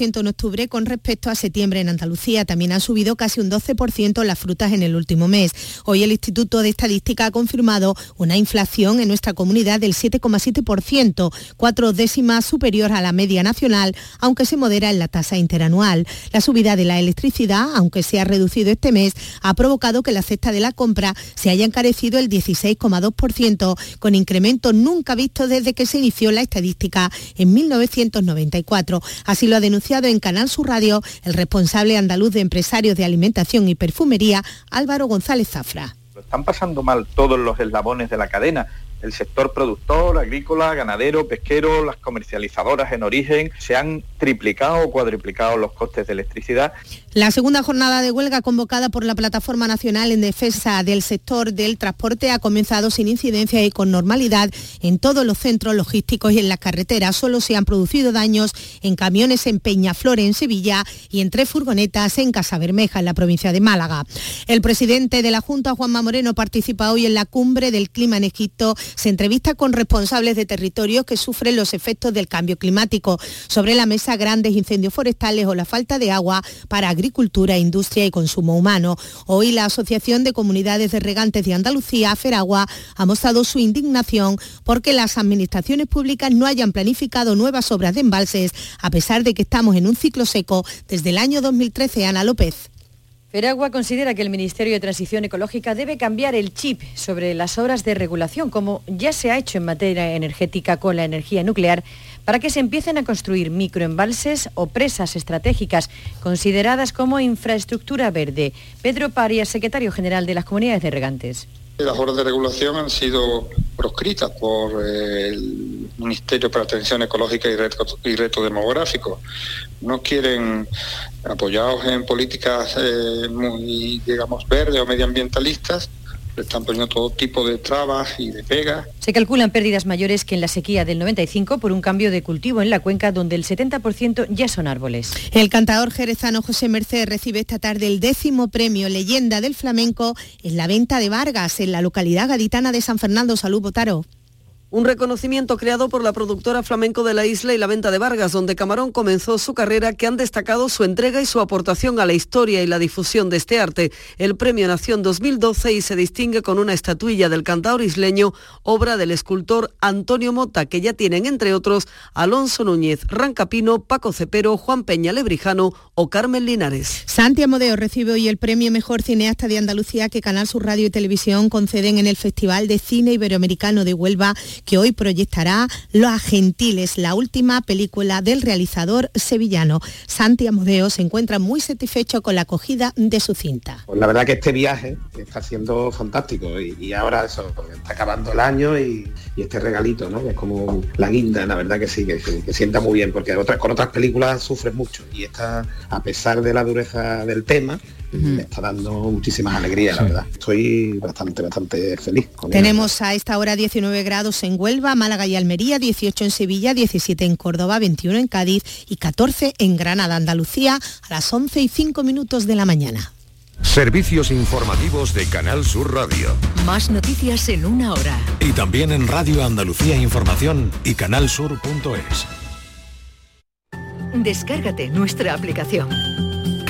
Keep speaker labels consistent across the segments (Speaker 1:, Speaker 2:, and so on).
Speaker 1: en octubre con respecto a septiembre en Andalucía. También han subido casi un 12% las frutas en el último mes. Hoy el Instituto de Estadística ha confirmado una inflación en nuestra comunidad del 7,7%, cuatro décimas superior a la media nacional, aunque se modera en la tasa interanual. La subida de la electricidad, aunque se ha reducido este mes, ha provocado que la cesta de la compra se haya encarecido el 16,2%, con incremento nunca visto desde que se inició la estadística en 1994. Así lo ha denunciado en Canal Sur Radio el responsable andaluz de empresarios de alimentación y perfumería, Álvaro González Zafra.
Speaker 2: Lo están pasando mal todos los eslabones de la cadena. El sector productor, agrícola, ganadero, pesquero, las comercializadoras en origen, se han triplicado o cuadriplicado los costes de electricidad.
Speaker 1: La segunda jornada de huelga convocada por la Plataforma Nacional en Defensa del Sector del Transporte ha comenzado sin incidencia y con normalidad en todos los centros logísticos y en las carreteras. Solo se han producido daños en camiones en Peñaflor, en Sevilla, y en tres furgonetas en Casabermeja, en la provincia de Málaga. El presidente de la Junta, Juanma Moreno, participa hoy en la cumbre del clima en Egipto. Se entrevista con responsables de territorios que sufren los efectos del cambio climático. Sobre la mesa, grandes incendios forestales o la falta de agua para agricultura, industria y consumo humano. Hoy la Asociación de Comunidades de Regantes de Andalucía, Feragua, ha mostrado su indignación porque las administraciones públicas no hayan planificado nuevas obras de embalses, a pesar de que estamos en un ciclo seco desde el año 2013. Ana López.
Speaker 3: Feragua considera que el Ministerio de Transición Ecológica debe cambiar el chip sobre las obras de regulación, como ya se ha hecho en materia energética con la energía nuclear, para que se empiecen a construir microembalses o presas estratégicas consideradas como infraestructura verde. Pedro Parias, secretario general de las comunidades de regantes.
Speaker 4: Las obras de regulación han sido proscritas por eh, el Ministerio para Atención Ecológica y Reto, y Reto Demográfico. No quieren, apoyados en políticas eh, muy, digamos, verdes o medioambientalistas, le están poniendo todo tipo de trabas y de pegas.
Speaker 3: Se calculan pérdidas mayores que en la sequía del 95 por un cambio de cultivo en la cuenca donde el 70% ya son árboles.
Speaker 1: El cantador jerezano José Merced recibe esta tarde el décimo premio Leyenda del Flamenco en la venta de Vargas en la localidad gaditana de San Fernando. Salud, Botaro.
Speaker 5: Un reconocimiento creado por la productora flamenco de la isla y la venta de Vargas, donde Camarón comenzó su carrera, que han destacado su entrega y su aportación a la historia y la difusión de este arte. El premio nació en 2012 y se distingue con una estatuilla del cantaor isleño, obra del escultor Antonio Mota, que ya tienen entre otros Alonso Núñez, Rancapino, Paco Cepero, Juan Peña Lebrijano o Carmen Linares.
Speaker 1: Santi Amodeo recibe hoy el premio Mejor Cineasta de Andalucía que Canal Sur Radio y Televisión conceden en el Festival de Cine Iberoamericano de Huelva que hoy proyectará Los Gentiles, la última película del realizador sevillano. Santi Amodeo se encuentra muy satisfecho con la acogida de su cinta.
Speaker 6: Pues la verdad que este viaje está siendo fantástico y, y ahora eso, está acabando el año y, y, este regalito, ¿no? Es como la guinda, la verdad que sí, que, que, que sienta muy bien, porque otras, con otras películas sufres mucho y esta, a pesar de la dureza del tema, me está dando muchísimas alegrías, sí. la verdad. Estoy bastante, bastante feliz. Con
Speaker 1: Tenemos a esta hora 19 grados en Huelva, Málaga y Almería, 18 en Sevilla, 17 en Córdoba, 21 en Cádiz y 14 en Granada, Andalucía, a las 11 y 5 minutos de la mañana.
Speaker 7: Servicios informativos de Canal Sur Radio.
Speaker 8: Más noticias en una hora.
Speaker 7: Y también en Radio Andalucía Información y canalsur.es.
Speaker 8: Descárgate nuestra aplicación.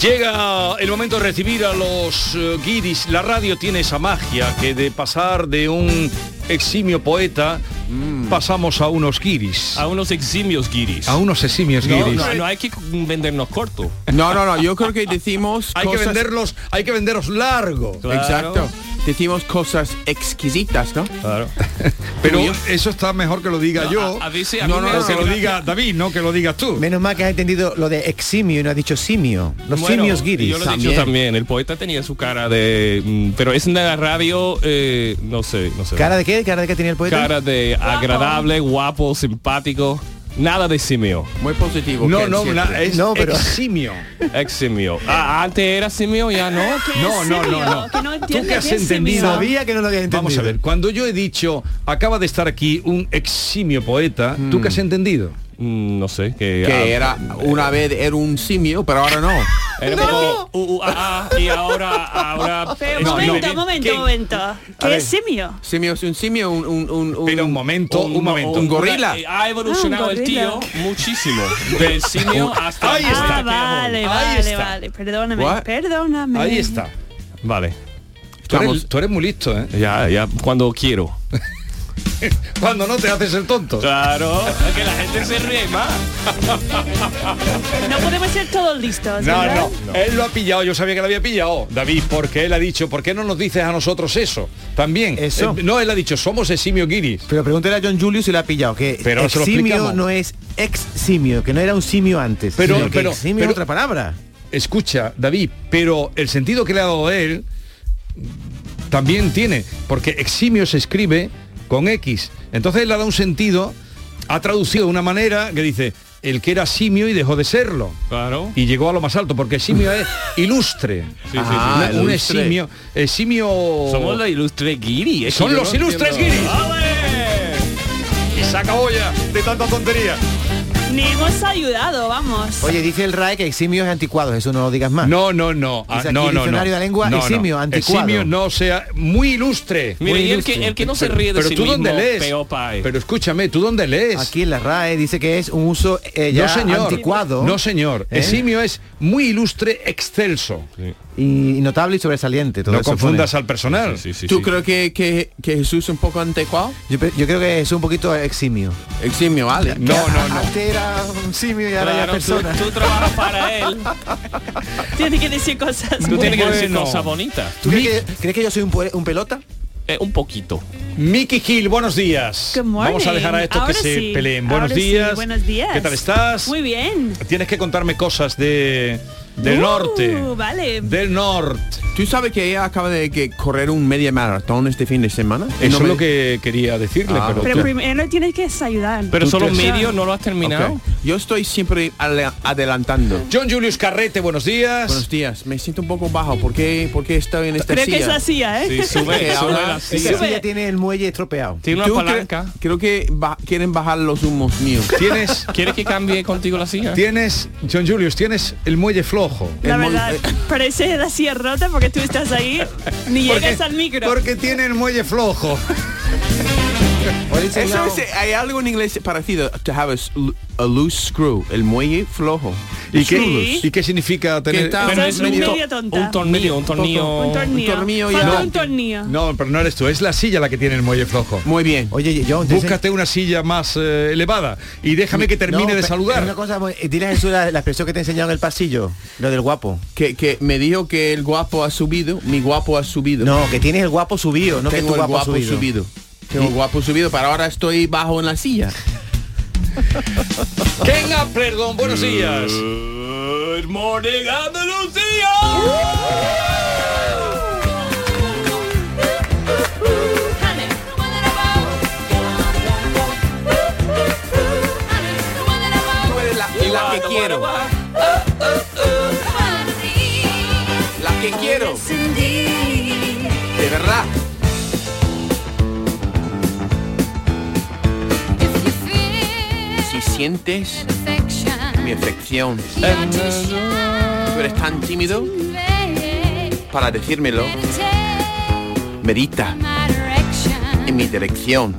Speaker 9: Llega el momento de recibir a los uh, guiris. La radio tiene esa magia que de pasar de un eximio poeta mm. pasamos a unos guiris.
Speaker 10: A unos eximios guiris.
Speaker 9: A unos eximios
Speaker 10: no,
Speaker 9: guiris.
Speaker 10: No, no, hay que vendernos corto.
Speaker 11: No, no, no, yo creo que decimos
Speaker 9: Hay cosas... que venderlos, hay que venderos largo.
Speaker 11: Claro. Exacto. decimos cosas exquisitas, ¿no?
Speaker 9: Claro. Pero eso está mejor que lo diga
Speaker 11: No,
Speaker 9: yo.
Speaker 11: a- a veces a
Speaker 9: no,
Speaker 11: mí
Speaker 9: no,
Speaker 11: me
Speaker 9: no,
Speaker 11: hace
Speaker 9: que lo
Speaker 11: gracia.
Speaker 9: diga David, no que lo digas tú.
Speaker 12: Menos mal que has entendido lo de eximio y no has dicho simio. Los
Speaker 10: Bueno,
Speaker 12: simios guiris.
Speaker 10: Yo lo he dicho también, el poeta tenía su cara de... mm, Pero es en la radio, eh, no sé, no sé.
Speaker 12: ¿Cara de qué? ¿Cara de qué tenía el poeta?
Speaker 10: Cara de agradable, guapo, simpático. Nada de simio.
Speaker 11: Muy positivo.
Speaker 10: No,
Speaker 12: Ken,
Speaker 10: no,
Speaker 12: siempre.
Speaker 10: na- es
Speaker 12: No, pero-
Speaker 9: eximio.
Speaker 10: Eximio. Ah, antes era simio, ya no.
Speaker 9: No, no, no, no. ¿Tú qué has entendido?
Speaker 12: que no lo había
Speaker 9: Vamos a ver, cuando yo he dicho, acaba de estar aquí un eximio poeta, ¿tú qué has entendido?
Speaker 10: Mm. No sé, que... ah,
Speaker 11: Que era una vez era un simio, pero ahora no.
Speaker 10: Era
Speaker 11: No.
Speaker 10: como, uh, uh, ah, ah, y ahora, ahora...
Speaker 13: Pero,
Speaker 10: es
Speaker 13: Oh,
Speaker 9: eh,
Speaker 13: momento,
Speaker 10: que-
Speaker 13: momento,
Speaker 10: que-
Speaker 13: momento.
Speaker 11: A
Speaker 13: ¿Qué
Speaker 11: ver.
Speaker 13: es simio?
Speaker 11: Simio es un simio, un... un, un,
Speaker 9: Pero un momento, un momento.
Speaker 11: Un gorila.
Speaker 10: Eh, Ha evolucionado
Speaker 13: Ah, un
Speaker 10: el
Speaker 13: gorila.
Speaker 10: tío muchísimo. Del simio hasta...
Speaker 9: Ahí está.
Speaker 13: Ah, vale,
Speaker 9: Ahí
Speaker 13: vale,
Speaker 9: está.
Speaker 13: vale. Perdóname,
Speaker 10: What?
Speaker 13: perdóname.
Speaker 9: Ahí está.
Speaker 10: Vale.
Speaker 9: Tú eres, tú eres muy listo, ¿eh?
Speaker 10: Ya, ya, cuando quiero.
Speaker 9: Cuando no te haces el tonto.
Speaker 10: Claro, es que la gente se ríe más.
Speaker 13: No podemos ser todos listos.
Speaker 9: No,
Speaker 13: ¿verdad?
Speaker 9: no, él lo ha pillado, yo sabía que lo había pillado. David, porque él ha dicho, ¿por qué no nos dices a nosotros eso? También.
Speaker 12: Eso.
Speaker 9: Eh, no, él ha dicho, somos eximio guiris.
Speaker 12: Pero pregúntale a John Julius si lo ha pillado, que
Speaker 9: Pero se lo
Speaker 12: eximio
Speaker 9: explicamos.
Speaker 12: no es eximio, que no era un simio antes.
Speaker 9: Pero-
Speaker 12: sino que
Speaker 9: pero-
Speaker 12: eximio
Speaker 9: pero-
Speaker 12: es otra palabra.
Speaker 9: Escucha, David, pero el sentido que le ha dado él también tiene, porque eximio se escribe con X. Entonces él le ha dado un sentido, ha traducido de una manera que dice, el que era simio y dejó de serlo.
Speaker 10: Claro.
Speaker 9: Y llegó a lo más alto, porque simio es ilustre.
Speaker 10: sí, sí.
Speaker 9: Una- un
Speaker 11: ilustre.
Speaker 9: eximio, eximio...
Speaker 10: Somos los ilustres guiri. es que
Speaker 9: Son
Speaker 10: yo
Speaker 9: los
Speaker 10: no
Speaker 9: ilustres
Speaker 10: entiendo.
Speaker 9: guiris. Y saca olla de tanta tontería.
Speaker 13: Ni hemos ayudado, vamos.
Speaker 12: Oye, dice el RAE que eximio es anticuado, eso no lo digas más.
Speaker 9: No, no, no. ah,
Speaker 12: Dice aquí
Speaker 9: no, no, no.
Speaker 12: diccionario de la lengua,
Speaker 9: No, no.
Speaker 12: eximio, anticuado.
Speaker 9: Eximio no sea muy ilustre.
Speaker 10: Mire,
Speaker 9: Muy
Speaker 10: y el
Speaker 9: ilustre.
Speaker 10: que, el que no se
Speaker 9: Pero-
Speaker 10: ríe de
Speaker 9: pero
Speaker 10: sí
Speaker 9: tú dónde
Speaker 10: mismo,
Speaker 9: lees?
Speaker 10: peor pa' él.
Speaker 9: Pero escúchame, ¿tú dónde lees?
Speaker 12: Aquí en la RAE dice que es un uso eh, ya
Speaker 9: no, señor.
Speaker 12: anticuado
Speaker 9: No, señor.
Speaker 12: ¿Eh?
Speaker 9: Eximio es muy ilustre, excelso.
Speaker 12: y y notable y sobresaliente. todo
Speaker 9: No
Speaker 12: eso
Speaker 9: confundas
Speaker 12: pone.
Speaker 9: al personal.
Speaker 10: Sí, sí,
Speaker 11: ¿Tú
Speaker 10: sí.
Speaker 11: crees que, que, que Jesús es un poco anticuado?
Speaker 12: Yo, pe- yo creo que es un poquito eximio.
Speaker 11: Eximio, vale.
Speaker 9: No, no, no.
Speaker 12: Antes era un simio y ahora ya
Speaker 10: Claro, tú,
Speaker 12: persona.
Speaker 10: tú trabajas para él.
Speaker 13: Tiene que decir cosas.
Speaker 10: Tú tienes que decir
Speaker 9: Bueno.
Speaker 10: cosas bonitas.
Speaker 12: ¿Tú crees que, crees que yo soy un, pue- un pelota?
Speaker 10: Eh, un poquito.
Speaker 9: Mickey Gil, buenos días.
Speaker 13: Good morning.
Speaker 9: Vamos a dejar a estos
Speaker 13: Ahora
Speaker 9: que se
Speaker 13: sí,
Speaker 9: peleen. Buenos
Speaker 13: ahora sí,
Speaker 9: días.
Speaker 13: buenos días.
Speaker 9: ¿Qué tal estás?
Speaker 13: Muy bien.
Speaker 9: Tienes que contarme cosas de del
Speaker 13: Uh,
Speaker 9: norte.
Speaker 13: Vale.
Speaker 9: Del norte.
Speaker 11: ¿Tú sabes que ella acaba de que correr un media maratón este fin de semana? Y
Speaker 9: Eso
Speaker 11: no
Speaker 9: es
Speaker 11: me-
Speaker 9: lo que quería decirle,
Speaker 11: Ah,
Speaker 9: pero,
Speaker 13: Pero
Speaker 9: tú-
Speaker 13: primero tienes que ayudar.
Speaker 10: Pero
Speaker 11: ¿Tú
Speaker 10: solo
Speaker 11: crees?
Speaker 10: medio no lo has
Speaker 11: Ok.
Speaker 10: terminado.
Speaker 11: Yo estoy siempre ale- adelantando.
Speaker 9: John Julius Carrete, buenos días.
Speaker 11: Buenos días. Me siento un poco bajo. ¿Por qué, por qué estoy en esta
Speaker 13: Creo que
Speaker 11: silla?
Speaker 13: es la silla, ¿eh?
Speaker 10: Sí, sube,
Speaker 11: Ok,
Speaker 10: sube
Speaker 11: ahora-
Speaker 10: la
Speaker 12: Esa
Speaker 10: silla.
Speaker 13: Sube.
Speaker 12: silla tiene el muelle estropeado.
Speaker 10: Tiene una
Speaker 11: ¿Tú cre-
Speaker 10: palanca.
Speaker 11: creo que ba- quieren bajar los humos míos.
Speaker 9: Tienes,
Speaker 10: ¿Quieres que cambie contigo la silla?
Speaker 9: tienes, John Julius, tienes el muelle flojo.
Speaker 13: La
Speaker 11: El mon-
Speaker 13: verdad,
Speaker 11: eh,
Speaker 13: parece la silla rota porque tú estás ahí, ni llegas al micro.
Speaker 9: Porque tiene el muelle flojo.
Speaker 12: Hoy he
Speaker 11: Eso
Speaker 12: enseñado-
Speaker 11: es, eh, hay algo en inglés parecido. To have a, s- a loose screw, el muelle flojo.
Speaker 9: ¿Y qué,
Speaker 13: Sí.
Speaker 9: y qué significa tener?
Speaker 11: tal?
Speaker 10: Pero
Speaker 13: Esa
Speaker 10: es
Speaker 13: es un
Speaker 10: medio-
Speaker 13: media tonta.
Speaker 10: un tornillo, un tornillo.
Speaker 13: un tornillo.
Speaker 11: un tornillo
Speaker 13: Falta
Speaker 11: ya.
Speaker 13: un tornillo.
Speaker 9: No, pero no eres tú, es la silla la que tiene el muelle flojo.
Speaker 11: Muy bien.
Speaker 12: Oye, John, te enseño-
Speaker 9: Búscate una silla más eh, elevada y déjame que termine
Speaker 12: No,
Speaker 9: de
Speaker 12: pe-
Speaker 9: saludar.
Speaker 12: Una cosa, muy- dile a Jesús la, la expresión que te he enseñado en el pasillo, lo del guapo.
Speaker 11: Que, que me dijo que el guapo ha subido, mi guapo ha subido.
Speaker 12: No, que tienes el guapo subido, no que
Speaker 11: tengo
Speaker 12: tu
Speaker 11: el
Speaker 12: guapo, ha
Speaker 11: guapo
Speaker 12: subido.
Speaker 11: subido. Tengo el guapo subido, pero ahora estoy bajo en la silla.
Speaker 9: Ken perdón, buenos días.
Speaker 10: Good morning, Andalucía.
Speaker 11: Tú eres la, la que quiero. La que quiero. De verdad. Si sientes mi afección, tú eres tan tímido para decírmelo. Medita en mi dirección.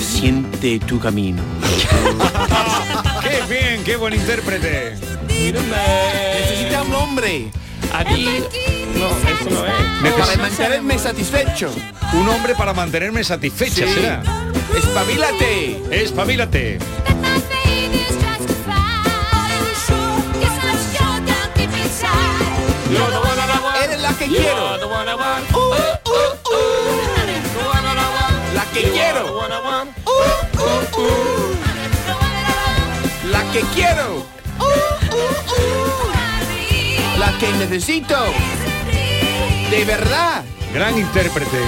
Speaker 11: Siente tu camino.
Speaker 9: qué bien, qué buen intérprete.
Speaker 11: Necesita un hombre
Speaker 10: Aquí. No, eso no es.
Speaker 11: para mantenerme satisfecho.
Speaker 9: Un hombre para mantenerme satisfecha
Speaker 11: Sí.
Speaker 9: será.
Speaker 11: Espabilate.
Speaker 9: Espabilate.
Speaker 11: Eres la que quiero. Uh, uh, uh. La que quiero. Uh, uh, uh. La que quiero. Uh, uh, uh. La que necesito. De verdad.
Speaker 9: Gran intérprete.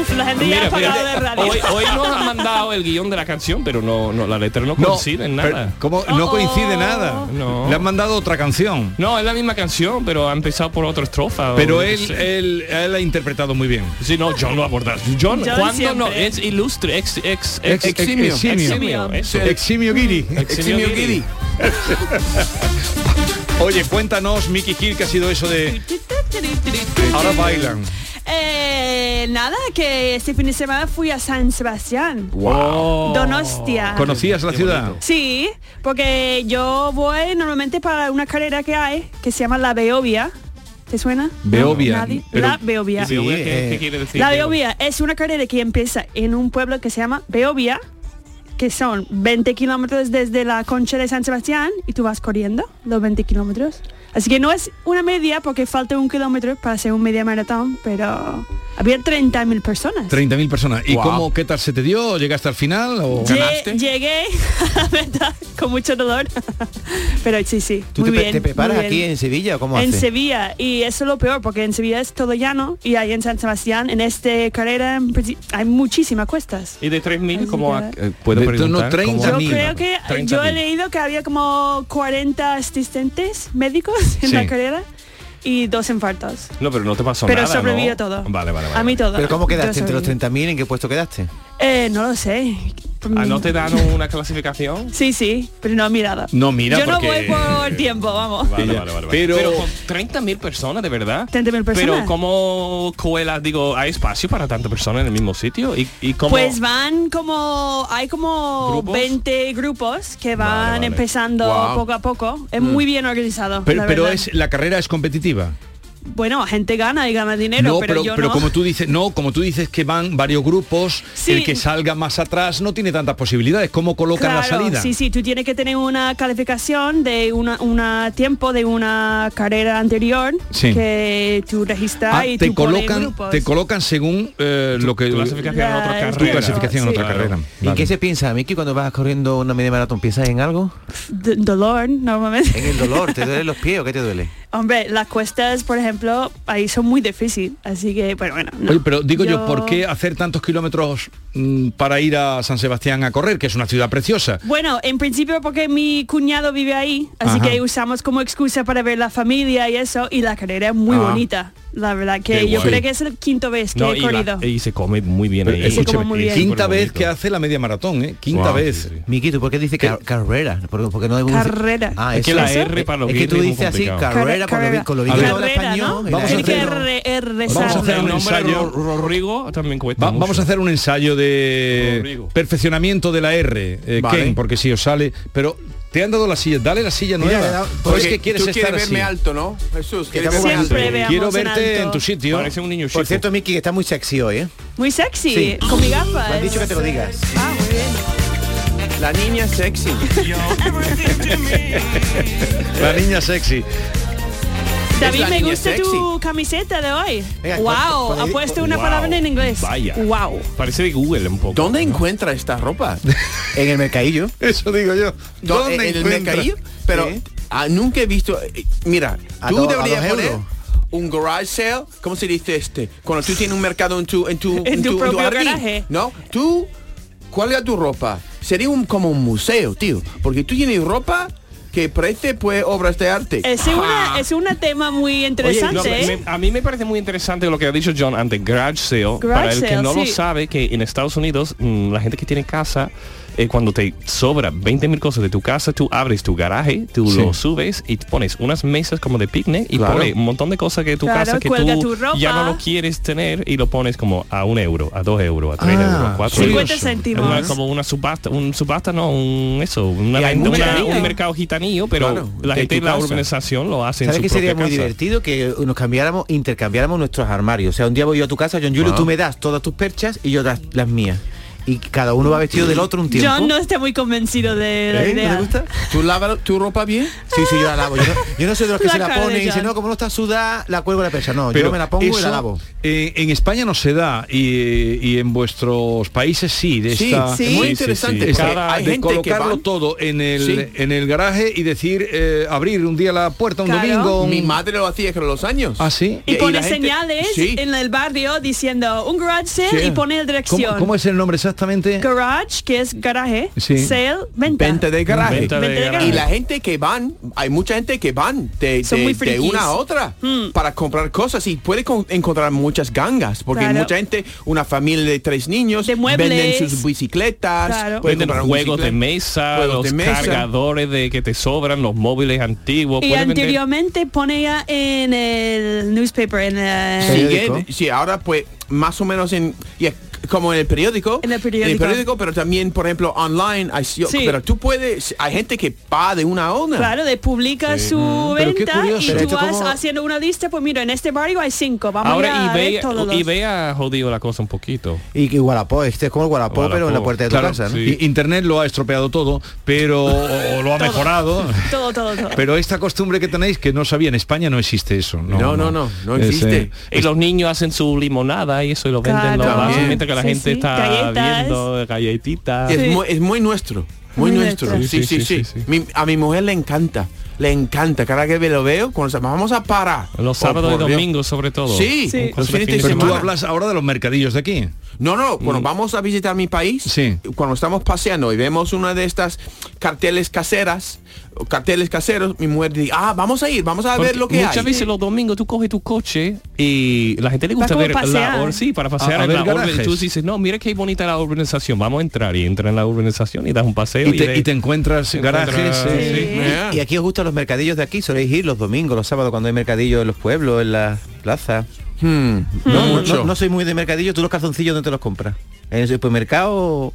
Speaker 13: Uf, la gente ya ha
Speaker 10: Mira,
Speaker 13: apagado de
Speaker 10: fíjate,
Speaker 13: radio.
Speaker 10: Hoy, hoy nos han mandado el guión de la canción, pero no, no la letra no
Speaker 9: No,
Speaker 10: coincide en
Speaker 9: pero
Speaker 10: nada.
Speaker 9: ¿cómo? No
Speaker 13: Oh.
Speaker 9: coincide nada.
Speaker 10: No.
Speaker 9: Le han mandado otra canción.
Speaker 10: No, es la misma canción, pero ha empezado por otra estrofa. o
Speaker 9: Pero
Speaker 10: yo
Speaker 9: él,
Speaker 10: qué sé.
Speaker 9: él, él ha interpretado muy bien.
Speaker 10: Sí, no, John lo aborda. John,
Speaker 9: John
Speaker 10: ¿cuándo
Speaker 9: siempre.
Speaker 10: no? Es ilustre, ex, ex,
Speaker 9: Ex- ex-
Speaker 10: eximio.
Speaker 9: eximio.
Speaker 10: Eximio, eso.
Speaker 9: Eximio Guiri.
Speaker 10: Eximio Eximio Guiri. Guiri.
Speaker 9: Oye, cuéntanos, Mickey Gil, ¿qué ha sido eso de Ahora bailan?
Speaker 13: Eh, nada, que este fin de semana fui a San Sebastián.
Speaker 9: Wow.
Speaker 13: Donostia.
Speaker 9: ¿Conocías la ciudad?
Speaker 13: Sí, porque yo voy normalmente para una carrera que hay que se llama la Beovia. ¿Te suena?
Speaker 9: Beovia,
Speaker 13: Nadie.
Speaker 9: pero-
Speaker 13: la Beovia.
Speaker 9: Sí, Beovia, ¿qué- eh, qué
Speaker 10: quiere decir
Speaker 13: La
Speaker 10: Beovia?
Speaker 13: Beovia es una carrera que empieza en un pueblo que se llama Beovia, que son 20 kilómetros desde la concha de San Sebastián y tú vas corriendo los 20 kilómetros. Así que no es una media porque falta un kilómetro para hacer un media maratón, pero había 30.000 personas.
Speaker 9: 30.000 personas. ¿Y
Speaker 13: Wow.
Speaker 9: cómo, qué tal se te dio? ¿Llegaste al final o
Speaker 13: Lle- Llegué, la verdad, con mucho dolor. Pero sí, sí.
Speaker 12: ¿Tú
Speaker 13: muy
Speaker 12: te, pe-
Speaker 13: bien,
Speaker 12: te preparas
Speaker 13: muy bien.
Speaker 12: aquí en Sevilla o cómo
Speaker 13: En
Speaker 12: haces?
Speaker 13: Sevilla, y eso es lo peor, porque en Sevilla es todo llano y ahí en San Sebastián, en este carrera, en princi- hay muchísimas cuestas.
Speaker 10: Y de 3.000, ¿cómo ha- eh, puedo
Speaker 9: De torno a
Speaker 10: preguntar? ¿Cómo ha-
Speaker 13: Yo
Speaker 9: 30.000.
Speaker 13: creo que yo he leído que había como 40 asistentes médicos en
Speaker 10: Sí.
Speaker 13: la carrera y dos infartos.
Speaker 10: No, pero no te pasó
Speaker 13: Pero
Speaker 10: nada, ¿no?
Speaker 13: sobreviví a todo.
Speaker 10: Vale, vale, vale.
Speaker 13: A mí todo.
Speaker 12: ¿Pero cómo
Speaker 13: Yo
Speaker 12: quedaste entre los
Speaker 13: sobreviví.
Speaker 12: 30.000? ¿En qué puesto quedaste?
Speaker 13: Eh, no lo sé.
Speaker 10: Ah, ¿No te dan una clasificación?
Speaker 13: Sí, sí, pero no mirada.
Speaker 10: No, mira,
Speaker 13: Yo
Speaker 10: porque-
Speaker 13: no voy por tiempo, vamos.
Speaker 10: Vale, vale, vale, vale.
Speaker 9: Pero-
Speaker 10: Pero, con 30.000 personas, de verdad.
Speaker 13: 30.000 personas.
Speaker 10: Pero ¿cómo cuelas? Digo, ¿hay espacio para tantas personas en el mismo sitio? ¿Y, y cómo?
Speaker 13: Pues van como, hay como 20 grupos que van
Speaker 9: vale.
Speaker 13: empezando
Speaker 9: Guau.
Speaker 13: poco a poco. Es
Speaker 9: Mm.
Speaker 13: muy bien organizado.
Speaker 9: Pero,
Speaker 13: la
Speaker 9: pero
Speaker 13: verdad.
Speaker 9: es la carrera es competitiva.
Speaker 13: Bueno, gente gana y gana dinero,
Speaker 9: no,
Speaker 13: pero,
Speaker 9: pero,
Speaker 13: yo
Speaker 9: pero
Speaker 13: no.
Speaker 9: como tú dices, no, como tú dices que van varios grupos,
Speaker 13: Sí.
Speaker 9: el que salga más atrás no tiene tantas posibilidades. ¿Cómo colocan la
Speaker 13: Claro,
Speaker 9: salida?
Speaker 13: Sí, sí, tú tienes que tener una calificación de una, una tiempo de una carrera anterior
Speaker 9: Sí.
Speaker 13: que tú registras
Speaker 9: Ah,
Speaker 13: y
Speaker 9: te
Speaker 13: tú pones
Speaker 9: colocan,
Speaker 13: grupos.
Speaker 9: te colocan según eh, lo que
Speaker 10: clasificación en
Speaker 13: Mm,
Speaker 10: otra
Speaker 9: tu
Speaker 10: carrera.
Speaker 9: clasificación en
Speaker 10: Sí.
Speaker 9: otra
Speaker 10: Claro.
Speaker 9: carrera.
Speaker 12: ¿Y en qué se piensa, Miki, cuando vas corriendo una media maratón? ¿Piensas en algo?
Speaker 13: D- dolor normalmente.
Speaker 12: ¿En el dolor? ¿Te duelen los pies o qué te duele?
Speaker 13: Hombre, las cuestas, por ejemplo, ahí son muy difíciles, así que, bueno, bueno. no.
Speaker 9: Oye, pero digo yo, ¿por qué hacer tantos kilómetros mm, para ir a San Sebastián a correr, que es una ciudad preciosa?
Speaker 13: Bueno, en principio porque mi cuñado vive ahí, así
Speaker 9: Ajá.
Speaker 13: que usamos como excusa para ver la familia y eso, y la carrera es muy
Speaker 10: Ah.
Speaker 13: bonita. La verdad que
Speaker 10: Qué
Speaker 13: yo
Speaker 10: guay.
Speaker 13: creo que es la quinta vez que
Speaker 10: No,
Speaker 13: he
Speaker 10: y, la-
Speaker 13: corrido.
Speaker 10: y se come muy bien ahí.
Speaker 13: se come muy bien.
Speaker 9: Quinta vez que hace la media maratón, ¿eh? Quinta
Speaker 12: Guau,
Speaker 9: vez.
Speaker 12: Miki, ¿tú por qué dices car- carrera? ¿Por- Porque no hay un-
Speaker 13: Carrera.
Speaker 12: Ah,
Speaker 10: Es que
Speaker 12: eso.
Speaker 10: la R para los
Speaker 12: Es que tú
Speaker 10: guirris es
Speaker 12: dices
Speaker 10: muy
Speaker 12: así,
Speaker 10: complicado.
Speaker 12: carrera, con lo bien- con lo bien que habla
Speaker 13: Carrera, ¿no?
Speaker 12: español.
Speaker 13: Tiene que re- er- rezar.
Speaker 10: el nombre
Speaker 9: ensayo.
Speaker 10: Ro- Rodrigo también cuesta
Speaker 9: Va- vamos a hacer un ensayo de
Speaker 10: Rodrigo.
Speaker 9: perfeccionamiento de la R, eh,
Speaker 10: Vale.
Speaker 9: Ken, porque si os sale, pero te han dado la silla, dale la silla
Speaker 11: Mira,
Speaker 9: nueva.
Speaker 11: le da-
Speaker 9: Pues
Speaker 11: porque
Speaker 9: es que quieres
Speaker 11: tú
Speaker 9: estar
Speaker 11: quieres verme
Speaker 9: así.
Speaker 11: alto, ¿no? Jesús, quieres
Speaker 12: estamos
Speaker 11: verme
Speaker 12: Siempre
Speaker 11: alto.
Speaker 12: veamos
Speaker 9: Quiero verte en, tu sitio.
Speaker 10: Parece un niño
Speaker 12: Por cierto, Miki, que está muy sexy hoy, ¿eh?
Speaker 13: Muy sexy,
Speaker 12: Sí.
Speaker 13: con mi
Speaker 12: Me
Speaker 13: gafas.
Speaker 12: han dicho que te lo digas.
Speaker 13: Ah, muy bien.
Speaker 11: La niña sexy.
Speaker 9: La niña sexy.
Speaker 13: David,
Speaker 11: la
Speaker 13: me
Speaker 11: niña
Speaker 13: gusta
Speaker 11: sexy.
Speaker 13: tu camiseta de hoy.
Speaker 11: Venga,
Speaker 13: wow,
Speaker 11: pon- pon-
Speaker 13: ha puesto una
Speaker 11: wow.
Speaker 13: palabra en inglés.
Speaker 10: Vaya.
Speaker 13: Wow.
Speaker 10: Parece de Google un poco.
Speaker 11: ¿Dónde encuentra esta ropa?
Speaker 12: En el mercadillo.
Speaker 9: Eso digo yo.
Speaker 11: Do-
Speaker 9: ¿Dónde
Speaker 11: eh, en el
Speaker 9: encuentra?
Speaker 11: mercadillo, pero ah, nunca he visto. eh, Mira,
Speaker 12: A
Speaker 11: tú
Speaker 12: do- a
Speaker 11: deberías
Speaker 12: dos
Speaker 11: poner
Speaker 12: euros.
Speaker 11: un garage sale. ¿Cómo se dice este? Cuando tú tienes un mercado en tu en tu
Speaker 13: En tu propio garaje.
Speaker 11: ¿no? Tú cuelga tu ropa. Sería un, como un museo, tío, porque tú tienes ropa que parece pues obras de arte.
Speaker 13: Es una,
Speaker 11: Ah.
Speaker 13: es un tema muy
Speaker 10: Oye,
Speaker 13: interesante.
Speaker 10: no,
Speaker 13: ¿eh?
Speaker 10: me- a mí me parece muy interesante lo que ha dicho John antes, garage sale.
Speaker 13: Garage
Speaker 10: para el que
Speaker 13: sale,
Speaker 10: no lo
Speaker 13: sí.
Speaker 10: sabe, que en Estados Unidos mm, la gente que tiene casa, eh, cuando te sobra 20.000 cosas de tu casa, tú abres tu garaje, tú
Speaker 9: Sí.
Speaker 10: lo subes y pones unas mesas como de picnic y
Speaker 11: Claro.
Speaker 10: pones un montón de cosas que de tu
Speaker 13: Claro,
Speaker 10: casa que
Speaker 13: cuelga
Speaker 10: tú
Speaker 13: tu ropa.
Speaker 10: ya no lo quieres tener y lo pones como a un euro, a dos euros, a tres
Speaker 12: Ah,
Speaker 10: euros, a cuatro
Speaker 13: 50
Speaker 10: euros.
Speaker 13: céntimos.
Speaker 10: Una- como una subasta, un subasta no, un eso, una
Speaker 12: Y hay
Speaker 10: venta-
Speaker 12: mucha
Speaker 10: una-
Speaker 12: gente.
Speaker 10: un mercado gitanillo, pero
Speaker 11: Claro,
Speaker 10: la
Speaker 11: de
Speaker 10: gente
Speaker 11: tu
Speaker 10: en la
Speaker 11: casa.
Speaker 10: urbanización lo hace en
Speaker 12: ¿Sabes
Speaker 10: su
Speaker 12: que sería
Speaker 10: propia
Speaker 12: muy
Speaker 10: casa.
Speaker 12: divertido que nos cambiáramos, intercambiáramos nuestros armarios? O sea, un día voy yo a tu casa, John Julio,
Speaker 10: Ah.
Speaker 12: tú me das todas tus perchas y yo das las mías. y cada uno va vestido del otro un tiempo.
Speaker 13: Yo no estoy muy convencido de la
Speaker 12: ¿Eh? ¿No te
Speaker 13: idea.
Speaker 12: gusta?
Speaker 11: ¿Tú lavas tu ropa bien?
Speaker 12: Sí, sí, yo la lavo. Yo no, yo no soy de los que
Speaker 13: La
Speaker 12: se la
Speaker 13: cara de
Speaker 12: pone y dice,
Speaker 13: John.
Speaker 12: no, como no está sudada, la cuelgo a la percha. No, yo me la pongo y
Speaker 9: eso,
Speaker 12: la lavo.
Speaker 9: eh, en España no se da y, eh, y en vuestros países sí. De
Speaker 11: Sí,
Speaker 9: esta-
Speaker 11: sí. Es muy interesante, porque
Speaker 9: Cada-
Speaker 11: hay
Speaker 9: de
Speaker 11: gente que
Speaker 9: colocarlo
Speaker 11: van-
Speaker 9: todo en el,
Speaker 11: Sí.
Speaker 9: en el garaje y decir eh, abrir un día la puerta un domingo. un-
Speaker 11: Mi madre lo hacía con los años.
Speaker 9: ¿Ah, sí?
Speaker 13: Y,
Speaker 9: Y- y
Speaker 13: pone
Speaker 9: la gente-
Speaker 13: señales
Speaker 9: Sí.
Speaker 13: en el barrio diciendo un garage sale
Speaker 9: Sí.
Speaker 13: y pone la
Speaker 9: ¿Cómo,
Speaker 13: dirección.
Speaker 9: cómo es el nombre exactamente?
Speaker 13: Garage, que es garaje,
Speaker 9: Sí.
Speaker 13: sale, venta.
Speaker 11: Venta de garaje.
Speaker 9: Venta de Venta de garaje.
Speaker 11: Y la gente que van, hay mucha gente que van de,
Speaker 13: Son
Speaker 11: de-
Speaker 13: muy
Speaker 11: de
Speaker 13: frikis. Hmm.
Speaker 11: una a otra para comprar cosas y puede con- encontrar muchas gangas, porque
Speaker 13: Claro.
Speaker 11: mucha gente, una familia de tres niños,
Speaker 13: muebles.
Speaker 11: venden sus bicicletas,
Speaker 13: Claro.
Speaker 11: puede
Speaker 10: Venden
Speaker 11: comprar un
Speaker 10: juegos de
Speaker 11: bicicleta.
Speaker 10: mesa,
Speaker 11: Juegos
Speaker 10: los
Speaker 11: de mesa.
Speaker 10: cargadores de que te sobran, los móviles antiguos.
Speaker 13: Y
Speaker 10: puedes vender-
Speaker 13: anteriormente ponía en el newspaper, en eh, el,
Speaker 11: Sigue, sí, ¿eh? ahora pues más o menos en ya, como en el periódico.
Speaker 13: En el periódico.
Speaker 11: pero también, por ejemplo, online. Hay, si-
Speaker 13: Sí.
Speaker 11: Pero tú puedes, hay gente que va de una a otra.
Speaker 13: Claro, de publica
Speaker 11: Sí.
Speaker 13: su
Speaker 11: Mm, pero qué
Speaker 13: venta
Speaker 11: curioso.
Speaker 13: y
Speaker 11: Pero
Speaker 13: tú
Speaker 11: esto
Speaker 13: vas
Speaker 11: como-
Speaker 13: haciendo una lista, pues mira, en este barrio hay cinco, vamos a ir
Speaker 10: Ahora
Speaker 13: a ver
Speaker 10: eBay,
Speaker 13: todos los-
Speaker 10: eBay ha jodido la cosa un poquito.
Speaker 12: Y que Wallapop, este es como el Wallapop, pero en la
Speaker 10: Wallapop.
Speaker 12: puerta de tu
Speaker 10: Claro,
Speaker 12: casa, ¿no?
Speaker 10: sí.
Speaker 9: I- Internet lo ha estropeado todo, pero o- o lo ha mejorado.
Speaker 13: Todo, todo, todo.
Speaker 9: Pero esta costumbre que tenéis, que no sabía, en España no existe eso. No, eh,
Speaker 11: No, no, no, no existe.
Speaker 10: Y los niños hacen su limonada y eso y lo venden
Speaker 11: Claro.
Speaker 10: lo hacen,
Speaker 11: También.
Speaker 10: mientras que la
Speaker 11: Sí,
Speaker 10: gente
Speaker 11: sí.
Speaker 10: está
Speaker 11: Galletas.
Speaker 10: viendo galletitas.
Speaker 11: Es, muy, es muy nuestro. Muy, nuestro. Sí, sí, sí. Mi- a mi mujer le encanta. Le encanta. Cada que lo veo, cuando se- vamos a parar.
Speaker 9: Oh,
Speaker 11: Oh,
Speaker 10: Los sábados y domingos sobre todo.
Speaker 11: Sí,
Speaker 10: Con cosas
Speaker 11: los fines de
Speaker 10: fin
Speaker 11: semana.
Speaker 9: Tú hablas ahora de los mercadillos de aquí.
Speaker 11: No, no,
Speaker 10: Mm.
Speaker 11: cuando vamos a visitar mi país, cuando estamos paseando y vemos una de estas carteles caseras, o carteles caseros, mi mujer dice, ah, vamos a ir, vamos a
Speaker 10: Porque
Speaker 11: ver lo que
Speaker 10: muchas
Speaker 11: hay.
Speaker 10: veces los domingos tú coges tu coche y la gente le
Speaker 11: Para
Speaker 10: gusta
Speaker 11: como
Speaker 10: ver
Speaker 11: pasear.
Speaker 10: la or- sí, para pasear
Speaker 11: A- a
Speaker 10: en
Speaker 11: ver
Speaker 10: la urbe-
Speaker 11: garajes.
Speaker 10: Tú dices, no, mira qué bonita la urbanización, vamos a entrar y entra en la urbanización y das un paseo.
Speaker 9: Y te- y te encuentras
Speaker 12: garajes,
Speaker 10: encuentras-
Speaker 12: sí.
Speaker 10: sí.
Speaker 9: Eh,
Speaker 12: Y aquí os gustan los mercadillos de aquí, soléis ir los domingos, los sábados cuando hay mercadillos en los pueblos, en las plazas.
Speaker 11: Hmm.
Speaker 12: No, no,
Speaker 11: mucho.
Speaker 12: no- no soy muy de mercadillos, tú los calzoncillos dónde te los compras. En el supermercado.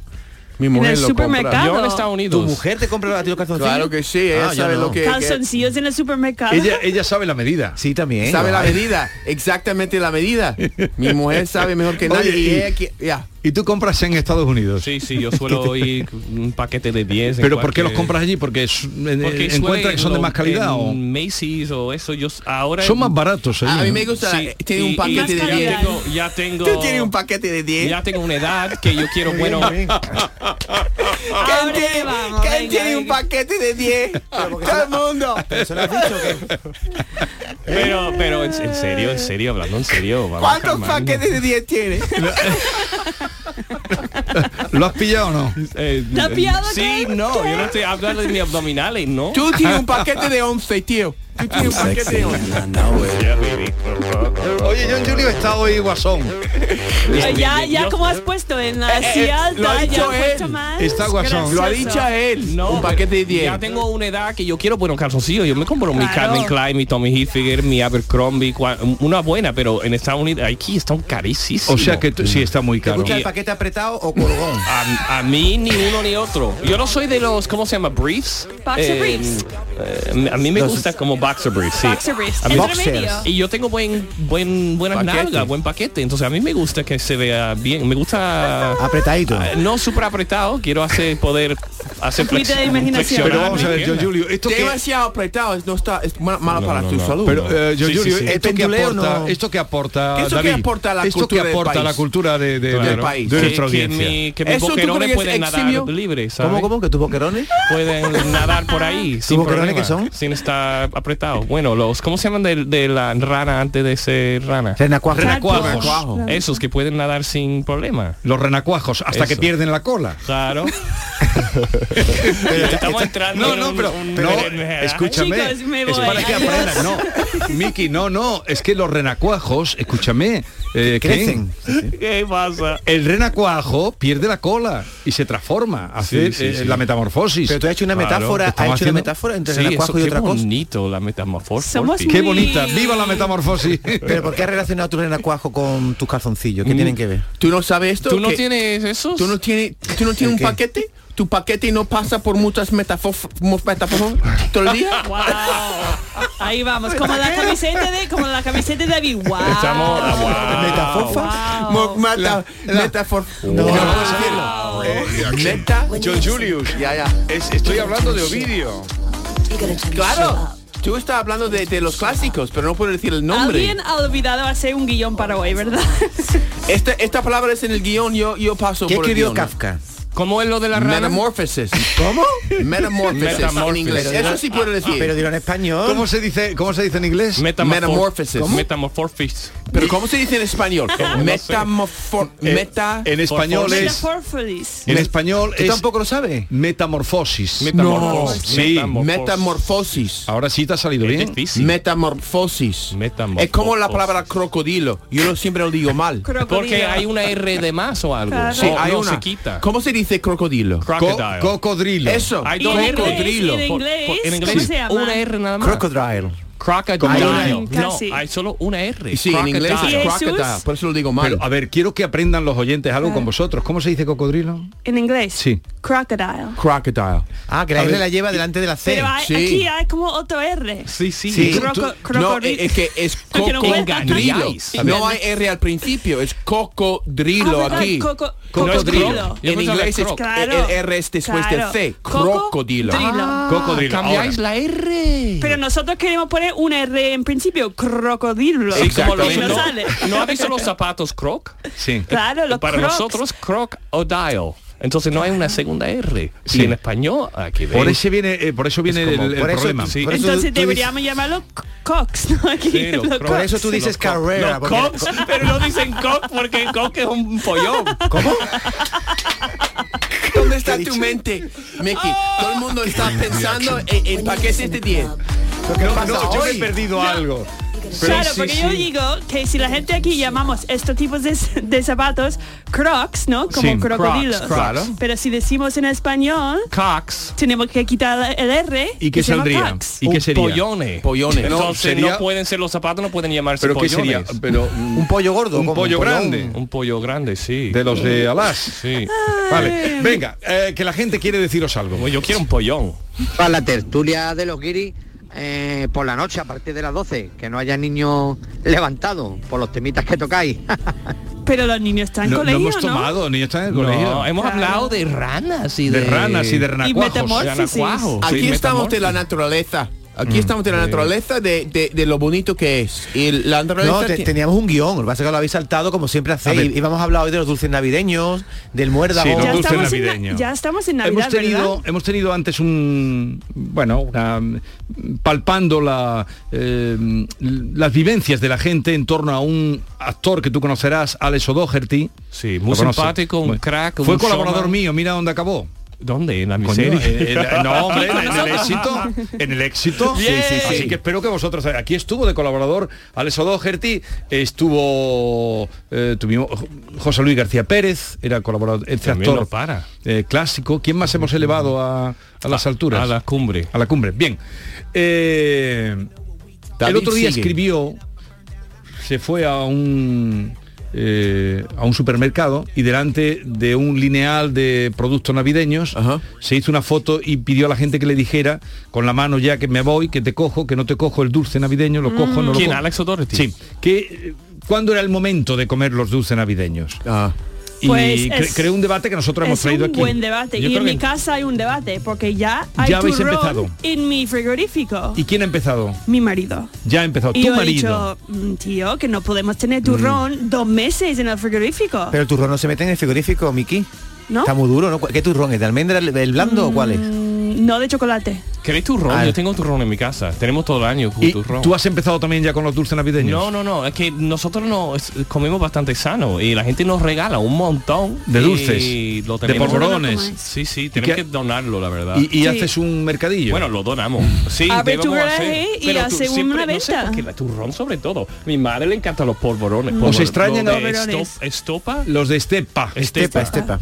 Speaker 11: Mi
Speaker 13: mujer el lo compra. supermercado.
Speaker 10: Yo en Estados Unidos.
Speaker 12: Tu mujer te compra a ti los calzoncillos. Ah,
Speaker 11: Claro que sí, ella
Speaker 12: yo
Speaker 11: sabe lo que-
Speaker 13: Calzoncillos en el supermercado.
Speaker 9: ella sabe la medida.
Speaker 12: Sí, también.
Speaker 11: sabe la
Speaker 12: ¿no?
Speaker 11: medida, exactamente la medida. Mi mujer sabe mejor que
Speaker 9: Oye,
Speaker 11: nadie. y
Speaker 9: y-
Speaker 11: ella que- ya.
Speaker 9: Y tú compras en Estados Unidos.
Speaker 10: Sí, sí, yo suelo ir un paquete de 10. en
Speaker 9: Pero ¿por qué los
Speaker 10: cualquier-
Speaker 9: compras allí? Porque, es- en- eh,
Speaker 10: Porque suele
Speaker 9: encuentras que son de
Speaker 10: lo-
Speaker 9: más calidad. o-
Speaker 10: en Macy's o eso, yo s- ahora...
Speaker 9: Son más baratos.
Speaker 10: Ah,
Speaker 9: allí,
Speaker 11: Ah, A mí
Speaker 9: ¿no?
Speaker 11: me gusta, eh, tiene un
Speaker 10: y-
Speaker 11: paquete de
Speaker 10: y ya
Speaker 11: 10.
Speaker 10: tengo- Ya tengo...
Speaker 11: Tú tienes un paquete de 10.
Speaker 10: Ya tengo una edad que yo quiero, bueno...
Speaker 11: ¿Quién tiene, quién tiene un paquete de 10? Todo el mundo.
Speaker 10: Pero, pero, en, en serio, en serio, hablando en serio. vamos,
Speaker 11: ¿Cuántos
Speaker 10: calmando.
Speaker 11: paquetes de 10 tiene?
Speaker 9: ¿Lo has pillado o no?
Speaker 10: Eh,
Speaker 11: ¿Te has pillado,
Speaker 10: Sí,
Speaker 11: Craig?
Speaker 10: no, yo no estoy hablando de mis abdominales, ¿no?
Speaker 11: Tú tienes un paquete de 11, tío. Tú tienes un paquete de 11.
Speaker 9: Oye, John Julio está hoy guasón.
Speaker 10: Este,
Speaker 13: Eh, ya, ya, como has puesto en la
Speaker 10: Eh, eh,
Speaker 13: silla alta,
Speaker 10: lo ha
Speaker 13: ya
Speaker 10: dicho
Speaker 13: has puesto
Speaker 10: él.
Speaker 13: más.
Speaker 9: Está guasón.
Speaker 11: Lo ha dicho él.
Speaker 10: No,
Speaker 11: un paquete de 10.
Speaker 10: Ya tengo una edad que yo quiero buenos calzoncillos. Yo me compro mi Calvin Klein, mi Tommy Hilfiger, mi Abercrombie, cua- una buena, pero en Estados Unidos, aquí están carísimos.
Speaker 9: O sea que tú- sí está muy
Speaker 12: ¿Te
Speaker 9: caro.
Speaker 12: gusta el paquete apretado o colgón?
Speaker 10: A, a mí ni uno ni otro. Yo no soy de los, ¿cómo se llama? Briefs.
Speaker 13: Boxer briefs.
Speaker 10: eh, a mí me gusta como boxer briefs, sí.
Speaker 13: Boxer briefs.
Speaker 10: A mí-
Speaker 13: Entre medio.
Speaker 10: Y yo tengo buen, buen, buenas
Speaker 11: Paquete.
Speaker 10: nalgas, buen paquete. Entonces a mí me gusta que se vea bien. Me gusta ah,
Speaker 12: apretadito.
Speaker 10: no súper apretado. Quiero hacer poder hacer
Speaker 13: Un poquito de
Speaker 10: flexi-
Speaker 13: imaginación.
Speaker 10: flexionar
Speaker 9: Pero vamos
Speaker 10: mi
Speaker 9: a ver, John
Speaker 10: pierna.
Speaker 9: Julio, esto que...
Speaker 11: Demasiado apretado, es- no está, es ma- malo para tu salud.
Speaker 9: Pero, eh, John
Speaker 11: Sí, sí,
Speaker 9: Julio,
Speaker 11: sí.
Speaker 9: esto,
Speaker 11: El
Speaker 9: que
Speaker 11: penduleo
Speaker 9: aporta,
Speaker 11: no-
Speaker 9: esto que aporta,
Speaker 11: Eso que
Speaker 9: David,
Speaker 11: aporta a la
Speaker 9: esto
Speaker 11: cultura
Speaker 9: que
Speaker 11: del
Speaker 9: aporta a la
Speaker 11: país.
Speaker 9: cultura de, de-
Speaker 11: Claro.
Speaker 9: de-
Speaker 11: Del país.
Speaker 9: de
Speaker 11: Que-
Speaker 9: nuestra
Speaker 10: que
Speaker 9: audiencia.
Speaker 10: mi- que mis
Speaker 11: ¿Eso tú crees que
Speaker 10: boquerones
Speaker 11: es
Speaker 10: pueden nadar
Speaker 11: eximio?
Speaker 10: libres,
Speaker 12: ¿Cómo, cómo? ¿Que tus boquerones?
Speaker 10: pueden nadar por ahí sin
Speaker 12: ¿Cómo que
Speaker 10: problema,
Speaker 12: que son?
Speaker 10: sin estar apretado. Bueno, los ¿cómo se llaman de, de la rana antes de ser rana?
Speaker 12: Renacuajos.
Speaker 10: Renacuajos.
Speaker 11: Renacuajos.
Speaker 10: Esos que pueden nadar sin problema.
Speaker 9: Los renacuajos, hasta que
Speaker 10: Eso.
Speaker 9: pierden la cola.
Speaker 10: Claro. Estamos entrando
Speaker 9: Este- No,
Speaker 10: en
Speaker 9: no,
Speaker 10: un-
Speaker 9: pero,
Speaker 10: un-
Speaker 9: pero
Speaker 10: un-
Speaker 9: escúchame.
Speaker 13: Chicos, me
Speaker 9: Es
Speaker 13: voy.
Speaker 9: para que
Speaker 13: Adiós.
Speaker 9: aprendan, no. Miki, no, no, es que los renacuajos, escúchame, eh, Ken,
Speaker 12: Crecen.
Speaker 10: ¿Qué pasa?
Speaker 9: El renacuajo pierde la cola y se transforma, hace
Speaker 10: Sí, sí,
Speaker 9: eh,
Speaker 10: sí.
Speaker 9: la metamorfosis.
Speaker 12: Pero tú has hecho una metáfora, has
Speaker 9: estamos
Speaker 12: hecho
Speaker 9: haciendo-
Speaker 12: una metáfora entre
Speaker 10: Sí,
Speaker 12: renacuajo
Speaker 10: eso,
Speaker 12: y
Speaker 10: qué
Speaker 12: otra cosa.
Speaker 10: bonito la metamorfosis.
Speaker 13: Somos
Speaker 9: Qué
Speaker 13: muy-
Speaker 9: bonita, viva la metamorfosis.
Speaker 12: Pero ¿por qué has relacionado tu renacuajo con tus calzoncillos? ¿Qué tienen que ver?
Speaker 11: ¿Tú no sabes esto?
Speaker 10: ¿Tú no
Speaker 11: Que-
Speaker 10: tienes eso?
Speaker 11: ¿Tú no tienes, tú no tienes un
Speaker 12: qué?
Speaker 11: paquete? ¿Tu paquete no pasa por muchas metáforas todo el día?
Speaker 13: Wow. Ahí vamos, como la camiseta de, como la camiseta de David. Wow.
Speaker 10: Estamos- ah, wow.
Speaker 12: Metafofa.
Speaker 11: Mo-
Speaker 13: Wow.
Speaker 11: mata- metafor-
Speaker 12: No,
Speaker 11: No,
Speaker 12: no,
Speaker 11: no,
Speaker 9: eh,
Speaker 11: Oh.
Speaker 9: neta, John Julius. Ya, ya. estoy hablando de Ovidio.
Speaker 11: Claro. Tú estás hablando de, de los clásicos, pero no puedo decir el nombre.
Speaker 13: Alguien ha olvidado hacer un guión para hoy, ¿verdad?
Speaker 11: Esta, esta palabra es en el guión, yo, yo paso
Speaker 12: ¿Qué
Speaker 11: por el
Speaker 12: escribió
Speaker 11: guión.
Speaker 12: Kafka?
Speaker 10: ¿Cómo es lo de la
Speaker 11: rana? Metamorphosis.
Speaker 12: ¿Cómo?
Speaker 11: Metamorphosis, en inglés.
Speaker 12: Pero
Speaker 11: Eso
Speaker 12: dilo-
Speaker 11: sí puedo decir.
Speaker 12: Ah, Pero dilo en español.
Speaker 9: ¿Cómo se dice, cómo se dice en inglés?
Speaker 11: Metamorphosis.
Speaker 9: ¿Cómo?
Speaker 10: Metamorphosis.
Speaker 11: Pero ¿cómo se dice en español? Metamorfo
Speaker 9: Eh,
Speaker 11: meta
Speaker 9: en español es-
Speaker 13: Metaforfolis.
Speaker 9: En español
Speaker 11: ¿Tú
Speaker 9: es
Speaker 11: tampoco lo sabes?
Speaker 9: metamorfosis.
Speaker 11: Metamorfosis.
Speaker 9: No. Sí.
Speaker 11: Metamorfosis.
Speaker 9: Ahora sí te ha salido bien.
Speaker 11: Metamorfosis. Es como la palabra crocodilo. Yo lo siempre lo digo mal.
Speaker 13: Crocodilo.
Speaker 10: Porque hay una R de más o algo.
Speaker 11: Sí,
Speaker 10: O
Speaker 11: hay
Speaker 10: no
Speaker 11: una.
Speaker 10: se quita.
Speaker 11: ¿Cómo se dice crocodilo?
Speaker 10: Crocodile.
Speaker 9: Co- cocodrilo.
Speaker 11: Eso.
Speaker 10: Hay dos
Speaker 13: Y en
Speaker 10: R.
Speaker 13: inglés, y en
Speaker 10: Por-
Speaker 13: inglés,
Speaker 10: por- en
Speaker 13: ¿cómo
Speaker 10: inglés,
Speaker 13: se llama?
Speaker 10: una R nada más.
Speaker 12: Crocodile.
Speaker 9: Como una
Speaker 10: Crocodile.
Speaker 9: R.
Speaker 10: No,
Speaker 13: Casi.
Speaker 10: hay solo una R.
Speaker 11: Y sí, en inglés
Speaker 10: Crocodile.
Speaker 11: es
Speaker 13: Jesús.
Speaker 11: crocodile. Por eso lo digo mal.
Speaker 9: Pero a ver, quiero que aprendan los oyentes algo
Speaker 12: Ah.
Speaker 9: con vosotros. ¿Cómo se dice cocodrilo?
Speaker 13: En inglés.
Speaker 9: Sí.
Speaker 13: Crocodile.
Speaker 11: crocodile.
Speaker 12: Ah, que la
Speaker 9: A
Speaker 12: R
Speaker 9: ver,
Speaker 12: la lleva delante de la C.
Speaker 13: Pero hay-
Speaker 11: sí.
Speaker 13: aquí hay como otro R.
Speaker 10: Sí, sí.
Speaker 12: Sí.
Speaker 13: Croco-
Speaker 11: No,
Speaker 13: crocodil-
Speaker 11: es que es
Speaker 13: Que no puedo.
Speaker 11: cocodrilo.
Speaker 10: Engañáis.
Speaker 11: No hay R al principio, es cocodrilo
Speaker 13: Ah, ¿verdad?
Speaker 11: aquí.
Speaker 13: Coco-
Speaker 10: Cocodrilo.
Speaker 13: cocodrilo.
Speaker 10: Yo
Speaker 11: En
Speaker 10: pensaba
Speaker 11: inglés es,
Speaker 10: croc.
Speaker 13: Claro.
Speaker 11: el R es después del
Speaker 13: Claro.
Speaker 11: C.
Speaker 13: Coco-
Speaker 11: Crocodilo. Ah.
Speaker 13: drilo.
Speaker 12: Ah,
Speaker 9: cocodrilo.
Speaker 10: Cambiáis la R.
Speaker 13: Pero nosotros queremos poner un R en principio, crocodilo.
Speaker 10: Sí, como los-
Speaker 13: Y no
Speaker 10: no,
Speaker 13: sale.
Speaker 10: ¿No ha visto los zapatos croc?
Speaker 9: Sí.
Speaker 13: Claro, los
Speaker 10: Para
Speaker 13: crocs.
Speaker 10: nosotros croc o dial. Entonces no hay una segunda R. Y en español aquí
Speaker 9: Por ese viene, eh, por eso viene
Speaker 12: Es como-
Speaker 9: el, el
Speaker 12: por eso-
Speaker 9: problema.
Speaker 12: sí. Por eso
Speaker 13: Entonces
Speaker 12: tú dices-
Speaker 13: deberíamos llamarlo c- Cox, ¿no? Aquí,
Speaker 10: Sí, los
Speaker 13: los
Speaker 10: crocs.
Speaker 12: Por
Speaker 13: Cox.
Speaker 12: eso tú dices carrera.
Speaker 10: Los
Speaker 12: porque-
Speaker 10: cops, pero no dicen cock porque cock es un follón.
Speaker 12: ¿Cómo?
Speaker 11: ¿Dónde está tu mente, Mickey?
Speaker 9: Ah.
Speaker 11: Todo el mundo está pensando en, en paquetes de 10.
Speaker 9: Lo que
Speaker 11: pasa
Speaker 9: yo me
Speaker 11: hoy.
Speaker 9: he perdido algo. Pero
Speaker 13: Claro,
Speaker 9: sí,
Speaker 13: porque
Speaker 9: sí.
Speaker 13: yo digo que si la gente aquí llamamos estos tipos de, de zapatos crocs, ¿no? Como
Speaker 9: Sí,
Speaker 13: crocodilos.
Speaker 10: crocs, claro.
Speaker 13: Pero si decimos en español,
Speaker 10: Cox.
Speaker 13: tenemos que quitar el R.
Speaker 9: ¿Y
Speaker 13: que
Speaker 9: qué
Speaker 13: se llama
Speaker 9: saldría?
Speaker 13: Crocs.
Speaker 9: ¿Y qué sería?
Speaker 10: Pollone.
Speaker 11: Pollones.
Speaker 10: Entonces
Speaker 9: sería-
Speaker 10: no pueden ser los zapatos, no pueden llamarse
Speaker 9: ¿Pero qué
Speaker 10: pollones.
Speaker 9: sería? Pero,
Speaker 12: Un pollo gordo.
Speaker 9: Un
Speaker 12: como
Speaker 9: pollo
Speaker 12: pollón.
Speaker 9: grande.
Speaker 10: Un pollo grande, sí.
Speaker 9: de los de Alas.
Speaker 10: Sí.
Speaker 9: Vale. Venga, eh, que la gente quiere deciros algo.
Speaker 10: Pues yo quiero un pollón.
Speaker 14: para la tertulia de los guiris eh, por la noche a partir de las 12, que no haya niños levantados por los temitas que tocáis.
Speaker 13: Pero los niños están en
Speaker 9: No, no
Speaker 13: colegio,
Speaker 9: hemos
Speaker 13: ¿no?
Speaker 9: tomado, ni está en el colegio.
Speaker 10: No, hemos hablado de ranas y de,
Speaker 9: de ranas y de renacuajos.
Speaker 13: metamorfosis.
Speaker 10: renacuajos.
Speaker 11: Aquí
Speaker 10: Sí,
Speaker 11: estamos de
Speaker 10: metamorfosis.
Speaker 11: la naturaleza.
Speaker 9: Mm,
Speaker 11: Aquí estamos de la naturaleza de, de- de lo bonito que es. Y la naturaleza...
Speaker 12: No, te-
Speaker 11: ti-
Speaker 12: teníamos un guión, lo que pasa es que lo habéis saltado como siempre hacéis. Y vamos a hablar hoy de los dulces navideños, del muérdago.
Speaker 9: Sí, los
Speaker 13: Ya
Speaker 9: dulces
Speaker 13: estamos, en, na-
Speaker 9: navideños.
Speaker 13: ya estamos en Navidad,
Speaker 9: hemos tenido
Speaker 13: ¿verdad?
Speaker 9: hemos tenido antes un bueno una, palpando la, eh, las vivencias de la gente en torno a un actor que tú conocerás Alex O'Doherty
Speaker 10: Sí, muy
Speaker 9: Lo conoces.
Speaker 10: simpático, un
Speaker 9: Muy-
Speaker 10: crack,
Speaker 9: fue
Speaker 10: un
Speaker 9: colaborador
Speaker 10: showman.
Speaker 9: mío mira dónde acabó
Speaker 10: ¿Dónde? En la
Speaker 9: Coño,
Speaker 10: miseria.
Speaker 9: eh, eh, no, hombre, en el éxito. En el éxito.
Speaker 10: Sí, sí, sí.
Speaker 9: Así que espero que vosotros. Aquí estuvo de colaborador Alex O'Doherty, estuvo. eh, tuvimos José Luis García Pérez, era colaborador, este
Speaker 10: También
Speaker 9: actor
Speaker 10: no para.
Speaker 9: eh, clásico. ¿Quién más hemos elevado a, a las alturas?
Speaker 10: A la cumbre.
Speaker 9: A la cumbre. Bien. Eh, el
Speaker 11: David
Speaker 9: otro día
Speaker 11: sigue.
Speaker 9: escribió, se fue a un eh, a un supermercado y delante de un lineal de productos navideños
Speaker 11: Ajá.
Speaker 9: se hizo una foto y pidió a la gente que le dijera con la mano ya que me voy, que te cojo, que no te cojo el dulce navideño, lo cojo, no lo
Speaker 10: ¿Quién?
Speaker 9: cojo.
Speaker 10: Alex O'Doherty.
Speaker 9: Sí. Que eh, cuándo era el momento de comer los dulces navideños.
Speaker 11: Ah.
Speaker 9: Y
Speaker 13: Pues
Speaker 9: cre-
Speaker 13: es-
Speaker 9: creó un debate que nosotros hemos
Speaker 13: Es
Speaker 9: traído
Speaker 13: un
Speaker 9: aquí.
Speaker 13: buen debate.
Speaker 9: Yo
Speaker 13: y
Speaker 9: creo
Speaker 13: en
Speaker 9: que-
Speaker 13: mi casa hay un debate porque ya hay
Speaker 9: Ya habéis
Speaker 13: turrón
Speaker 9: empezado.
Speaker 13: en mi frigorífico.
Speaker 9: ¿Y quién ha empezado?
Speaker 13: mi marido.
Speaker 9: Ya ha empezado.
Speaker 13: Y
Speaker 9: tu
Speaker 13: yo he
Speaker 9: marido. Mm.
Speaker 13: dicho, "Mm, tío, que no podemos tener turrón dos meses en el frigorífico.
Speaker 12: Pero el turrón no se mete en el frigorífico, Miki.
Speaker 13: ¿No?
Speaker 12: Está muy duro, ¿no? ¿Qué turrón es? ¿De almendra, el, el blando o cuál es?
Speaker 13: Mm, No de chocolate.
Speaker 10: ¿Queréis turrón?
Speaker 12: Ah.
Speaker 10: Yo tengo turrón en mi casa. Tenemos todo el año
Speaker 9: ¿Y
Speaker 10: turrón.
Speaker 9: tú has empezado también ya con los dulces navideños?
Speaker 10: No, no, no, es que nosotros no es- comemos bastante sano y la gente nos regala un montón
Speaker 9: De
Speaker 10: y
Speaker 9: dulces,
Speaker 10: lo
Speaker 9: de
Speaker 10: tenemos-
Speaker 9: polvorones.
Speaker 10: Sí, sí,
Speaker 9: qué-
Speaker 10: tenemos que donarlo, la verdad.
Speaker 9: y, y
Speaker 13: Sí.
Speaker 9: haces un mercadillo.
Speaker 10: bueno, lo donamos. Sí,
Speaker 13: Abre tu
Speaker 10: debemos hacer.
Speaker 13: garaje y
Speaker 10: Pero
Speaker 13: hace una
Speaker 10: siempre- no sé
Speaker 13: venta.
Speaker 10: por qué, la turrón sobre todo. Mi madre le encantan los polvorones.
Speaker 9: ¿Os
Speaker 10: polvor-
Speaker 9: extrañan
Speaker 10: lo
Speaker 9: a-
Speaker 10: de
Speaker 13: Mm. Polvorones.
Speaker 10: estop- estopa?
Speaker 9: los de Estepa.
Speaker 10: Estepa,
Speaker 12: estepa.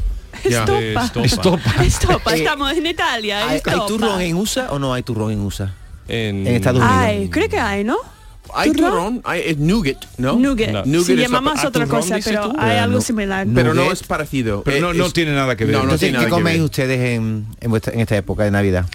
Speaker 9: Ya.
Speaker 10: Eh, estopa.
Speaker 13: Estopa.
Speaker 9: Estopa.
Speaker 13: Estopa,
Speaker 12: Eh,
Speaker 13: estamos en Italia.
Speaker 12: ¿Hay, hay
Speaker 13: estopa.
Speaker 12: turrón en USA o no hay turrón en USA?
Speaker 10: En,
Speaker 12: En Estados Unidos.
Speaker 13: Ay, creo que hay, ¿no?
Speaker 11: Hay turrón, hay, es nougat, ¿no?
Speaker 13: Nugget.
Speaker 10: No.
Speaker 11: Nugget
Speaker 13: Si
Speaker 11: es la-
Speaker 13: llamamos
Speaker 10: ¿a
Speaker 13: otra
Speaker 10: turrón
Speaker 13: cosa,
Speaker 10: dices
Speaker 13: pero
Speaker 10: tú?
Speaker 13: hay
Speaker 12: Eh,
Speaker 13: algo
Speaker 12: no.
Speaker 13: similar.
Speaker 11: Pero no
Speaker 12: Nougat.
Speaker 11: es parecido.
Speaker 9: Pero
Speaker 11: Eh,
Speaker 9: no, no
Speaker 11: es-
Speaker 9: tiene nada que ver.
Speaker 11: No, no
Speaker 12: Entonces,
Speaker 11: tiene nada
Speaker 12: ¿qué
Speaker 11: que ver.
Speaker 12: coméis ustedes en, en vuestra- en esta época de Navidad?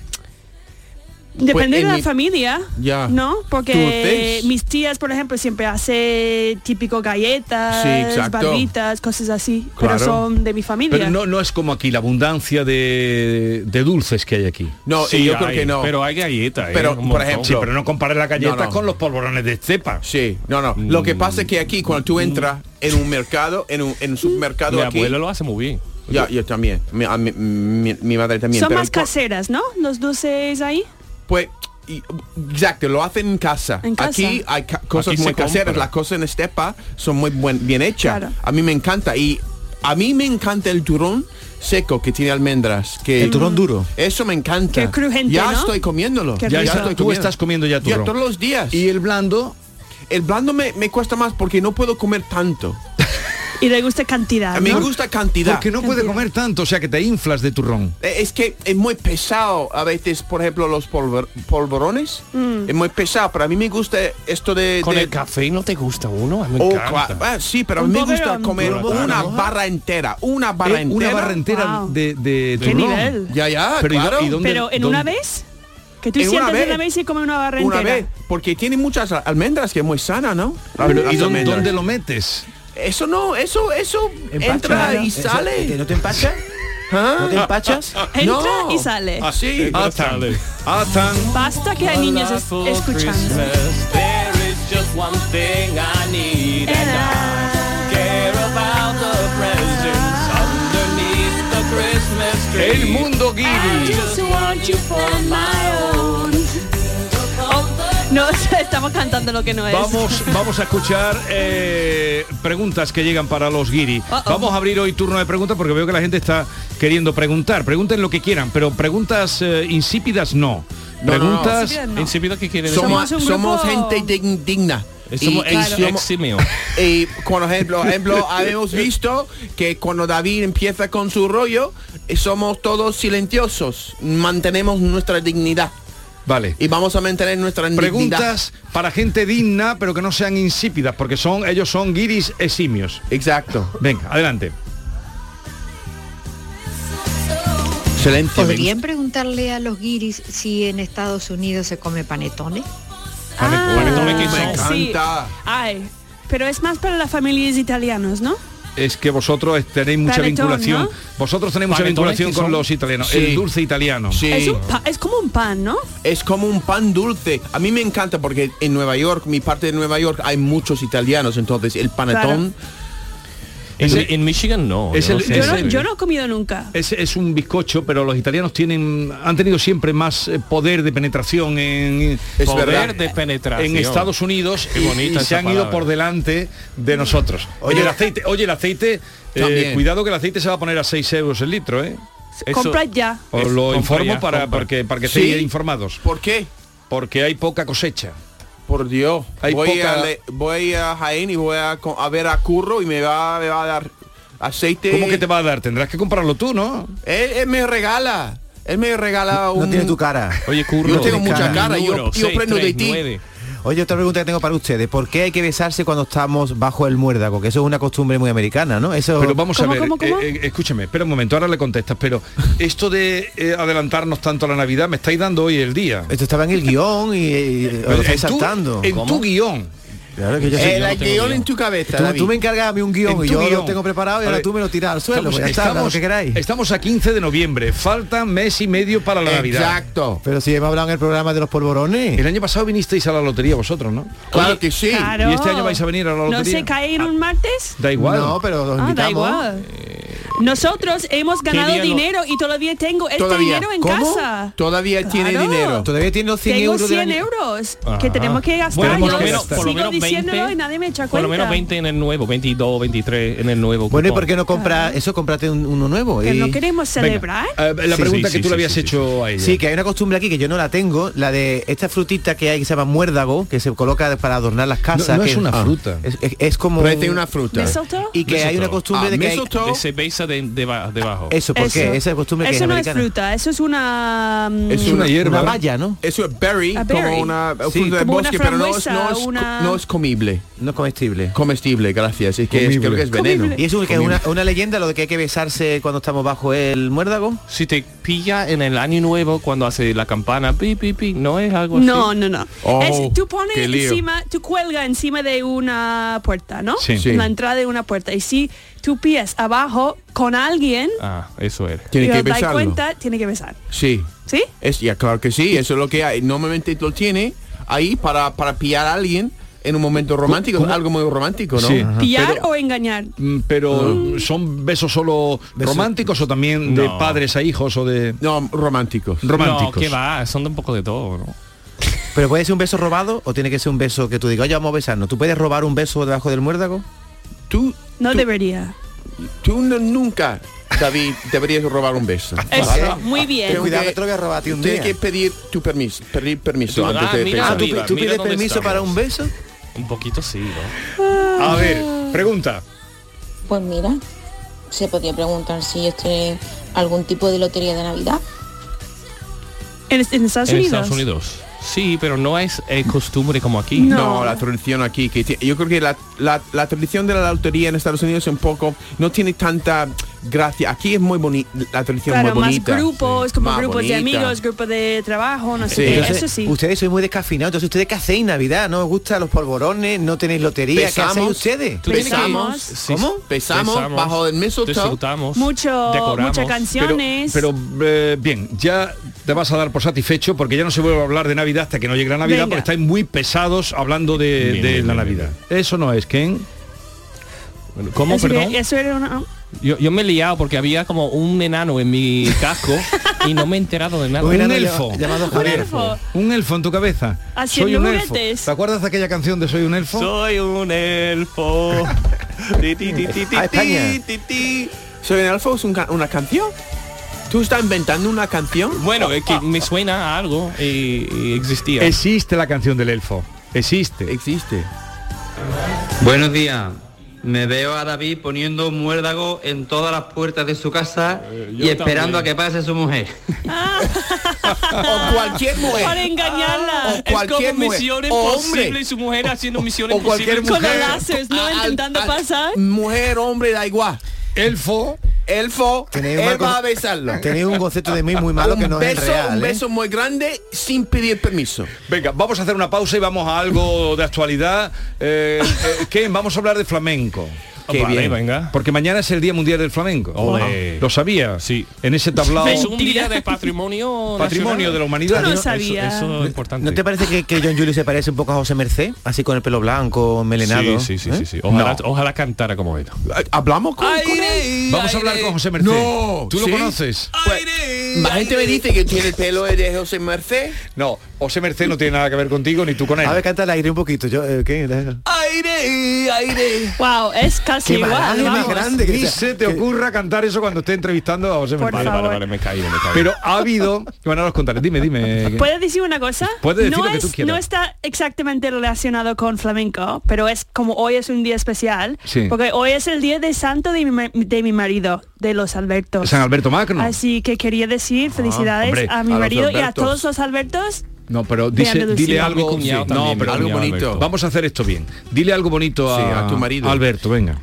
Speaker 13: Depende
Speaker 11: Pues, en
Speaker 13: de la
Speaker 11: mi-
Speaker 13: familia,
Speaker 11: Ya.
Speaker 13: ¿no?
Speaker 11: Tú
Speaker 13: Porque
Speaker 11: haces.
Speaker 13: mis tías, por ejemplo, siempre hace típico galletas,
Speaker 9: Sí, exacto.
Speaker 13: barbitas, cosas así,
Speaker 9: Claro.
Speaker 13: pero son de mi familia.
Speaker 9: Pero no, no es como aquí la abundancia de, de dulces que hay aquí.
Speaker 11: No, Sí, y yo creo hay, que no. pero
Speaker 9: hay galletas.
Speaker 11: ¿eh? Pero, Un por montón. ejemplo-
Speaker 9: Sí, pero no compares las galletas
Speaker 11: No, no.
Speaker 9: con los polvorones de cepa.
Speaker 11: Sí, no, no. Lo que pasa es que aquí, cuando tú entras en un mercado, en un, en un supermercado
Speaker 10: Mi
Speaker 11: aquí...
Speaker 10: abuela
Speaker 11: lo hace muy bien. Ya, yo también. Mi, a mi- mi- mi madre también.
Speaker 13: son
Speaker 11: pero
Speaker 13: más
Speaker 11: por-
Speaker 13: caseras, ¿no? Los dulces ahí.
Speaker 11: Pues, y- exacto, lo hacen en casa.
Speaker 13: En casa.
Speaker 11: Aquí hay ca- cosas
Speaker 10: Aquí se
Speaker 11: muy caseras,
Speaker 10: compra.
Speaker 11: las cosas en estepa son muy buen- bien hechas. A mí me encanta y a mí me encanta el turrón seco que tiene almendras. Que,
Speaker 12: El turrón duro.
Speaker 11: Eso me encanta.
Speaker 12: Mm. Qué crujiente,
Speaker 11: ya
Speaker 12: ¿no?
Speaker 11: estoy comiéndolo.
Speaker 12: Qué Ya rico. está- tú estás comiendo ya turrón.
Speaker 11: todos los días. ¿Y
Speaker 9: el blando?
Speaker 11: El blando me, me cuesta más porque no puedo comer tanto.
Speaker 13: Y le gusta cantidad.
Speaker 11: A mí
Speaker 13: ¿no?
Speaker 11: me gusta cantidad.
Speaker 9: Porque no puede comer tanto, o sea que te inflas de turrón.
Speaker 11: Eh, Es que es muy pesado a veces, por ejemplo, los polvor- polvorones.
Speaker 13: Mm.
Speaker 11: Es muy pesado, pero a mí me gusta esto de...
Speaker 10: Con
Speaker 11: de-
Speaker 10: el café no te gusta uno, a mí me
Speaker 11: Oh, cua-
Speaker 10: encanta.
Speaker 11: ah, sí, pero a mí me gusta comer una barra entera. Una barra
Speaker 9: Eh,
Speaker 11: entera.
Speaker 9: una barra entera de, de
Speaker 11: ¿Qué
Speaker 9: turrón.
Speaker 11: nivel? Ya, ya,
Speaker 9: ¿y
Speaker 11: claro.
Speaker 9: do- y dónde-
Speaker 13: pero en
Speaker 9: dónde-
Speaker 13: una vez que tú
Speaker 11: En una
Speaker 13: sientas en
Speaker 11: vez.
Speaker 13: la mesa y comes una barra
Speaker 11: Una
Speaker 13: entera.
Speaker 11: vez, porque tiene muchas al- almendras que es muy sana, ¿no?
Speaker 9: Pero,
Speaker 11: Las
Speaker 9: ¿Y dónde,
Speaker 11: almendras.
Speaker 9: dónde lo metes?
Speaker 11: Eso no, eso, eso
Speaker 9: Empacha,
Speaker 11: entra
Speaker 9: ¿no?
Speaker 11: y
Speaker 9: Eso-
Speaker 11: sale. ¿Ah?
Speaker 9: ¿que
Speaker 11: ¿No te empachas? ¿No te empachas?
Speaker 13: Entra y sale.
Speaker 9: ¿Ah,
Speaker 11: Así.
Speaker 9: Entra y sale. Atan.
Speaker 13: Basta que hay niños es- escuchando.
Speaker 9: El mundo
Speaker 13: I
Speaker 9: guiri.
Speaker 13: just want you for my own. No, estamos cantando lo que no es.
Speaker 9: Vamos, vamos a escuchar eh, preguntas que llegan para los guiri.
Speaker 13: Uh-oh.
Speaker 9: Vamos a abrir hoy turno de preguntas porque veo que la gente está queriendo preguntar. Pregunten lo que quieran, pero preguntas eh, insípidas no.
Speaker 11: No, no, no.
Speaker 9: Preguntas
Speaker 11: Insípidas no.
Speaker 9: insípidas que quieren
Speaker 11: Somos, somos gente dig- digna.
Speaker 10: Eh, Somos ex- eximio.
Speaker 11: y, por ejemplo, ejemplo, habemos visto que cuando David empieza con su rollo, eh, somos todos silenciosos, mantenemos nuestra dignidad.
Speaker 9: Vale.
Speaker 11: Y vamos a mantener nuestra dignidad.
Speaker 9: Preguntas para gente digna, pero que no sean insípidas, porque son ellos son guiris eximios.
Speaker 11: Exacto.
Speaker 9: Venga, adelante.
Speaker 11: Excelente.
Speaker 15: ¿Podrían preguntarle a los guiris si en Estados Unidos se come panetones?
Speaker 13: Sí. Ay, pero es más para las familias italianas, ¿no?
Speaker 9: Es que vosotros tenéis mucha
Speaker 13: Panetón,
Speaker 9: vinculación.
Speaker 13: ¿no?
Speaker 9: Vosotros tenéis mucha
Speaker 11: Panetones
Speaker 9: vinculación
Speaker 11: que
Speaker 9: con
Speaker 11: son-
Speaker 9: los italianos.
Speaker 11: Sí.
Speaker 9: El dulce italiano.
Speaker 11: Sí.
Speaker 13: Es, un pa- es como un pan, ¿no?
Speaker 11: Es como un pan dulce. A mí me encanta porque en Nueva York, mi parte de Nueva York, hay muchos italianos, entonces el panetón.
Speaker 10: En, Mi- en Michigan no.
Speaker 9: Es
Speaker 10: yo
Speaker 9: el-
Speaker 10: sé.
Speaker 9: es
Speaker 13: Yo no,
Speaker 9: Sí.
Speaker 13: yo no he comido nunca.
Speaker 9: Es, es un bizcocho, pero los italianos tienen han tenido siempre más eh, poder de penetración en
Speaker 10: Es
Speaker 9: poder
Speaker 10: verdad.
Speaker 9: de penetración Eh, en
Speaker 10: Qué
Speaker 9: Estados Unidos y,
Speaker 10: bonita
Speaker 9: y se
Speaker 10: esa
Speaker 9: han ido
Speaker 10: palabra.
Speaker 9: por delante de nosotros. Oye, el aceite, oye, el aceite, eh,
Speaker 10: También.
Speaker 9: cuidado que el aceite se va a poner a 6 euros el litro, ¿eh?
Speaker 13: Eso- Compra ya.
Speaker 9: Os
Speaker 10: Es-
Speaker 9: lo
Speaker 10: compra
Speaker 9: informo
Speaker 10: ya,
Speaker 9: para,
Speaker 10: compra.
Speaker 9: porque, para que
Speaker 10: ¿Sí?
Speaker 9: estéis informados.
Speaker 11: ¿Por qué?
Speaker 9: Porque hay poca cosecha.
Speaker 11: Por Dios.
Speaker 9: Hay
Speaker 11: voy,
Speaker 9: poca-
Speaker 11: a le- voy a Jaén y voy a, co- a ver a Curro y me va, me va a dar aceite.
Speaker 9: ¿Cómo que te va a dar? Tendrás que comprarlo tú, ¿no?
Speaker 11: Él, él me regala. Él me regala un...
Speaker 12: cara.
Speaker 10: Oye, curro.
Speaker 11: Yo tengo mucha
Speaker 12: cara.
Speaker 11: cara. Yo,
Speaker 12: Número
Speaker 11: yo aprendo de ti.
Speaker 10: 639.
Speaker 12: Oye, otra pregunta que tengo para ustedes. ¿Por qué hay que besarse cuando estamos bajo el muérdago? Que eso es una costumbre muy americana, ¿no? Eso...
Speaker 13: Oh,
Speaker 9: Pero vamos a ver, eh, eh, escúchame, espera un momento, ahora le contestas, pero esto de eh, adelantarnos tanto a la Navidad, me estáis dando hoy el día.
Speaker 12: Esto estaba en el guión y, y- y- os
Speaker 9: Pero
Speaker 12: lo
Speaker 9: en
Speaker 12: estáis
Speaker 9: tu-
Speaker 12: saltando.
Speaker 9: en tu guión.
Speaker 12: Claro que yo soy-
Speaker 11: El
Speaker 12: yo no tengo
Speaker 11: guión en tu cabeza,
Speaker 12: Tú,
Speaker 11: David.
Speaker 12: tú me encargas a mí un guión
Speaker 9: En
Speaker 12: y
Speaker 9: tu
Speaker 12: yo
Speaker 9: guión.
Speaker 12: lo tengo preparado y
Speaker 9: A
Speaker 12: ahora
Speaker 9: ver,
Speaker 12: tú me lo tiras al suelo.
Speaker 9: estamos,
Speaker 12: pues ya está, haz lo
Speaker 9: estamos-
Speaker 12: que queráis.
Speaker 9: estamos a 15 de noviembre, falta mes y medio para la Navidad.
Speaker 11: Exacto.
Speaker 12: Pero si hemos hablado en el programa de los polvorones.
Speaker 9: El año pasado vinisteis a la lotería vosotros, ¿no?
Speaker 11: Claro que sí.
Speaker 13: Claro.
Speaker 9: Y este año vais a venir a la
Speaker 13: ¿No
Speaker 9: lotería.
Speaker 13: se cae en un martes?
Speaker 9: Da igual.
Speaker 12: No, pero los
Speaker 13: Ah, da
Speaker 12: invitamos.
Speaker 13: igual. Nosotros hemos
Speaker 12: ¿qué
Speaker 13: ganado
Speaker 12: día no-
Speaker 13: dinero y todavía tengo este
Speaker 12: Todavía.
Speaker 13: dinero en
Speaker 12: ¿Cómo?
Speaker 13: casa.
Speaker 11: Todavía tiene dinero.
Speaker 12: Todavía tiene los 100
Speaker 13: tengo
Speaker 12: euros del
Speaker 13: 100
Speaker 12: año-
Speaker 13: euros
Speaker 10: Ajá.
Speaker 13: que tenemos que gastar.
Speaker 10: Bueno, por
Speaker 13: Yo
Speaker 10: lo menos- por lo
Speaker 13: sigo
Speaker 10: menos 20,
Speaker 13: diciéndolo y nadie me echa
Speaker 10: Por
Speaker 13: cuenta.
Speaker 10: lo menos 20 en el nuevo, 22, 23 en el nuevo.
Speaker 12: Bueno, ¿y
Speaker 10: cupón.
Speaker 12: por qué no comprar eso? Comprate un- uno nuevo.
Speaker 13: Que
Speaker 12: y-
Speaker 13: no queremos celebrar.
Speaker 9: Eh, la
Speaker 12: Sí,
Speaker 9: pregunta
Speaker 12: sí,
Speaker 9: que
Speaker 12: sí,
Speaker 9: tú
Speaker 12: sí,
Speaker 9: le habías
Speaker 12: sí,
Speaker 9: hecho a ella.
Speaker 12: Sí, que hay una costumbre aquí que yo no la tengo, la de esta frutita que hay que se llama muérdago, que se coloca para adornar las casas.
Speaker 9: no
Speaker 12: que
Speaker 9: es una fruta.
Speaker 12: Es, es- es como
Speaker 11: Parece una fruta.
Speaker 12: Ah,
Speaker 9: Ah,
Speaker 12: Y que hay una costumbre de que hay-
Speaker 10: se besa fruta de- deba- debajo.
Speaker 12: Eso, ¿por qué? Eso. Esa costumbre
Speaker 13: Eso no es fruta, eso es una... mm,
Speaker 12: Una valla, ¿no?
Speaker 11: Eso es berry,
Speaker 13: A berry.
Speaker 11: como una
Speaker 13: Sí.
Speaker 11: fruta del
Speaker 13: Como una
Speaker 11: bosque, pero no es,
Speaker 13: frambuesa,
Speaker 11: no, es,
Speaker 13: una-
Speaker 11: no es comible.
Speaker 12: No comestible.
Speaker 11: Comestible, gracias. Es que es- creo que es veneno.
Speaker 12: ¿Y eso que es
Speaker 11: Comible.
Speaker 12: una, una leyenda lo de que hay que besarse cuando estamos bajo el muérdago?
Speaker 10: Si te pilla en el año nuevo cuando hace la campana, pi, pi, pi, no es algo así.
Speaker 13: No, no, no. Es- tú pones
Speaker 10: Oh, qué lío.
Speaker 13: encima, tú cuelga encima de una puerta, ¿no?
Speaker 10: Sí. Sí.
Speaker 13: La entrada de una puerta. Y si tú pillas abajo con alguien,
Speaker 10: Ah, eso era.
Speaker 11: Tiene
Speaker 13: y
Speaker 11: que
Speaker 13: os dais
Speaker 11: besarlo.
Speaker 13: cuenta, tiene que besar.
Speaker 11: Sí.
Speaker 13: ¿Sí?
Speaker 11: Es, ya claro que sí, eso es lo que hay. Normalmente lo tiene ahí para, para pillar a alguien en un momento romántico, algo muy romántico, ¿no?
Speaker 9: Sí. Ajá.
Speaker 13: ¿Pillar o engañar?
Speaker 9: Mm, Pero
Speaker 12: Ah.
Speaker 9: son besos solo románticos o también de
Speaker 10: No.
Speaker 9: padres a hijos o de...
Speaker 11: No, románticos.
Speaker 10: No,
Speaker 9: Románticos.
Speaker 10: que va, son de un poco de todo, ¿no?
Speaker 12: ¿Pero puede ser un beso robado o tiene que ser un beso que tú digas, oye, vamos a besarnos? ¿Tú puedes robar un beso debajo del muérdago?
Speaker 11: Tú,
Speaker 13: No debería.
Speaker 11: tú no- nunca, David, deberías robar un beso.
Speaker 13: Eso,
Speaker 11: ¿vale?
Speaker 13: muy bien.
Speaker 11: Tengo
Speaker 12: Cuidado, que te lo voy a robar a ti un
Speaker 11: Tienes
Speaker 12: día.
Speaker 11: que pedir tu permiso, pedir permiso
Speaker 10: Tú-
Speaker 11: antes
Speaker 10: ah,
Speaker 11: de
Speaker 10: mira,
Speaker 11: pensar.
Speaker 10: tú- Mira, tú mira pides dónde permiso estamos. para un
Speaker 12: beso?
Speaker 10: Un poquito sí, ¿no?
Speaker 9: A ver, pregunta.
Speaker 16: Pues mira, se podría preguntar si yo estoy en algún tipo de lotería de Navidad.
Speaker 13: En, en Estados
Speaker 10: en
Speaker 13: Unidos.
Speaker 10: Estados Unidos. Sí, pero no es eh, costumbre como aquí.
Speaker 11: No, la tradición aquí, que ti- yo creo que la, la- la tradición de la lotería en Estados Unidos es un poco, no tiene tanta gracia. Aquí es muy bonita, la tradición es
Speaker 13: Claro,
Speaker 11: muy
Speaker 13: más
Speaker 11: bonita.
Speaker 13: grupos, como
Speaker 11: Más
Speaker 13: grupos de
Speaker 11: bonita.
Speaker 13: amigos, grupos de trabajo, no sé qué.
Speaker 12: Entonces,
Speaker 13: Eso sí.
Speaker 12: Ustedes sois muy descafinados, entonces ustedes qué hacéis en Navidad, no os gustan los polvorones, no tenéis lotería, ¿qué hacéis
Speaker 11: Besamos,
Speaker 12: ustedes?
Speaker 11: tú tienes que- Besamos.
Speaker 12: ¿Cómo?
Speaker 11: Besamos bajo el mistletoe.
Speaker 10: Disfrutamos.
Speaker 13: Mucho-
Speaker 9: decoramos.
Speaker 13: muchas canciones.
Speaker 9: Pero, pero, eh, bien, ya te vas a dar por satisfecho porque ya no se vuelve a hablar de Navidad hasta que no llegue la Navidad
Speaker 13: Venga.
Speaker 9: porque estáis muy pesados hablando de,
Speaker 10: Bien,
Speaker 9: de
Speaker 10: bien,
Speaker 9: la
Speaker 10: bien,
Speaker 9: Navidad. Eso no es, Ken.
Speaker 10: ¿Cómo,
Speaker 13: Así que
Speaker 10: perdón?
Speaker 13: eso era una...
Speaker 10: Yo, yo me he liado porque había como un enano en mi casco y no me he enterado de nada.
Speaker 9: Un elfo.
Speaker 10: llamado
Speaker 9: Un elfo. Un elfo en tu cabeza.
Speaker 10: Haciendo
Speaker 9: Soy un elfo.
Speaker 10: juguetes.
Speaker 9: ¿Te acuerdas de aquella canción de Soy un elfo?
Speaker 10: Soy un elfo. Ti, ti, ti, ti, ti,
Speaker 11: Ti,
Speaker 10: ti.
Speaker 11: ti, ti. Soy un elfo, es un ca- una canción. ¿Tú estás inventando una canción?
Speaker 10: Bueno, es que me suena a algo y, y existía.
Speaker 9: Existe la canción del elfo. Existe.
Speaker 11: Existe.
Speaker 17: Buenos días. Me veo a David poniendo un muérdago en todas las puertas de su casa
Speaker 9: Eh,
Speaker 10: yo
Speaker 17: y esperando a que
Speaker 10: también.
Speaker 17: pase su mujer.
Speaker 11: o cualquier mujer.
Speaker 13: Para engañarla.
Speaker 10: Es como misiones posibles y su mujer haciendo misiones
Speaker 11: O cualquier
Speaker 10: imposibles.
Speaker 11: mujer. A- al- al- Mujer, hombre, da igual.
Speaker 9: Elfo.
Speaker 11: Elfo.
Speaker 12: Tenéis un
Speaker 11: él
Speaker 12: mal
Speaker 11: va
Speaker 12: con-
Speaker 11: a besarlo.
Speaker 12: Tenéis un concepto de mí muy malo
Speaker 11: un
Speaker 12: que no
Speaker 11: beso,
Speaker 12: es real.
Speaker 11: un
Speaker 12: ¿eh?
Speaker 11: beso muy grande sin pedir permiso.
Speaker 9: Venga, vamos a hacer una pausa y vamos a algo de actualidad. Eh, eh, Ken, vamos a hablar de flamenco.
Speaker 10: Qué Vale, bien. venga.
Speaker 9: Porque mañana es el Día Mundial del Flamenco.
Speaker 10: Ole.
Speaker 9: ¿Lo sabía? Sí. En ese tablao.
Speaker 10: Es un día de patrimonio
Speaker 9: Patrimonio
Speaker 10: nacional.
Speaker 9: de la humanidad. Tú no
Speaker 10: Eso-
Speaker 9: sabías.
Speaker 10: Eso, es importante.
Speaker 12: ¿No te parece que, que John Julio se parece un poco a José Merced? Así con el pelo blanco, melenado.
Speaker 10: Sí, sí, sí,
Speaker 12: ¿eh?
Speaker 10: sí, sí. Ojalá, ojalá cantara como él.
Speaker 11: ¿Hablamos con,
Speaker 9: Vamos a hablar con José Merced.
Speaker 11: No,
Speaker 9: ¿Tú lo
Speaker 11: ¿sí?
Speaker 9: conoces?
Speaker 11: La gente me dice que tiene el pelo de José Merced.
Speaker 9: No, José Merced no tiene nada que ver contigo ni tú con él.
Speaker 12: A ver, canta el aire un poquito. Yo, eh, ¿qué?
Speaker 11: Aire, aire.
Speaker 13: Wow, es casi
Speaker 12: Qué
Speaker 13: igual.
Speaker 12: maravilla más
Speaker 13: vamos.
Speaker 12: grande que
Speaker 9: Ni
Speaker 12: sea.
Speaker 9: se te ocurra cantar eso cuando esté entrevistando a José
Speaker 13: Por
Speaker 9: Merced.
Speaker 10: Vale, vale, vale, me he caído, me he caído.
Speaker 9: Pero ha habido... Bueno, ahora os contaré. Dime, dime.
Speaker 13: ¿Puedes decir una cosa?
Speaker 9: Pues, Puedes decir
Speaker 13: no
Speaker 9: lo que
Speaker 13: es-
Speaker 9: tú quieras.
Speaker 13: No está exactamente relacionado con flamenco, pero es como hoy es un día especial,
Speaker 9: Sí.
Speaker 13: porque hoy es el día de santo de mi, ma- de mi marido, de los Albertos.
Speaker 9: San Alberto Magno. Ah,
Speaker 13: Así que quería decir felicidades
Speaker 9: hombre,
Speaker 13: a mi
Speaker 9: a los
Speaker 13: marido y a
Speaker 9: Albertos.
Speaker 13: todos los Albertos.
Speaker 9: No, pero
Speaker 13: De
Speaker 9: dice,
Speaker 13: Andalucía.
Speaker 9: dile algo,
Speaker 10: Mi cuñado
Speaker 9: sí,
Speaker 10: también,
Speaker 9: no, pero
Speaker 10: mi
Speaker 9: algo
Speaker 10: cuñado
Speaker 9: bonito.
Speaker 10: Alberto.
Speaker 9: Vamos a hacer esto bien. Dile algo bonito a,
Speaker 11: Sí, a tu marido.
Speaker 9: Alberto, venga.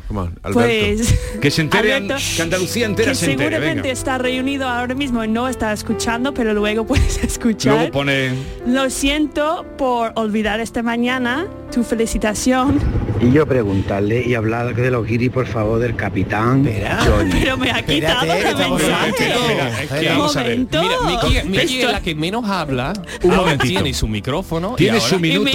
Speaker 13: Pues
Speaker 9: Que se entere, an-
Speaker 13: Alberto,
Speaker 9: que Andalucía entera
Speaker 13: que
Speaker 9: se entere,
Speaker 13: seguramente
Speaker 9: venga.
Speaker 13: está reunido ahora mismo y no está escuchando, pero luego puedes escuchar.
Speaker 9: Luego pone
Speaker 13: Lo siento por olvidar esta mañana tu felicitación,
Speaker 18: Y yo preguntarle y hablar de los guiris, por favor, del capitán Johnny.
Speaker 13: pero me ha quitado el mensaje.
Speaker 10: Mira, es
Speaker 6: eh,
Speaker 10: que vamos a ver.
Speaker 13: Momento.
Speaker 10: Mira, Miki- Miki
Speaker 13: Esto-
Speaker 10: es la que menos habla.
Speaker 9: Un
Speaker 10: Ahora
Speaker 9: momentito.
Speaker 10: tiene su micrófono. y
Speaker 9: Tiene
Speaker 10: ahora-
Speaker 9: su minuto.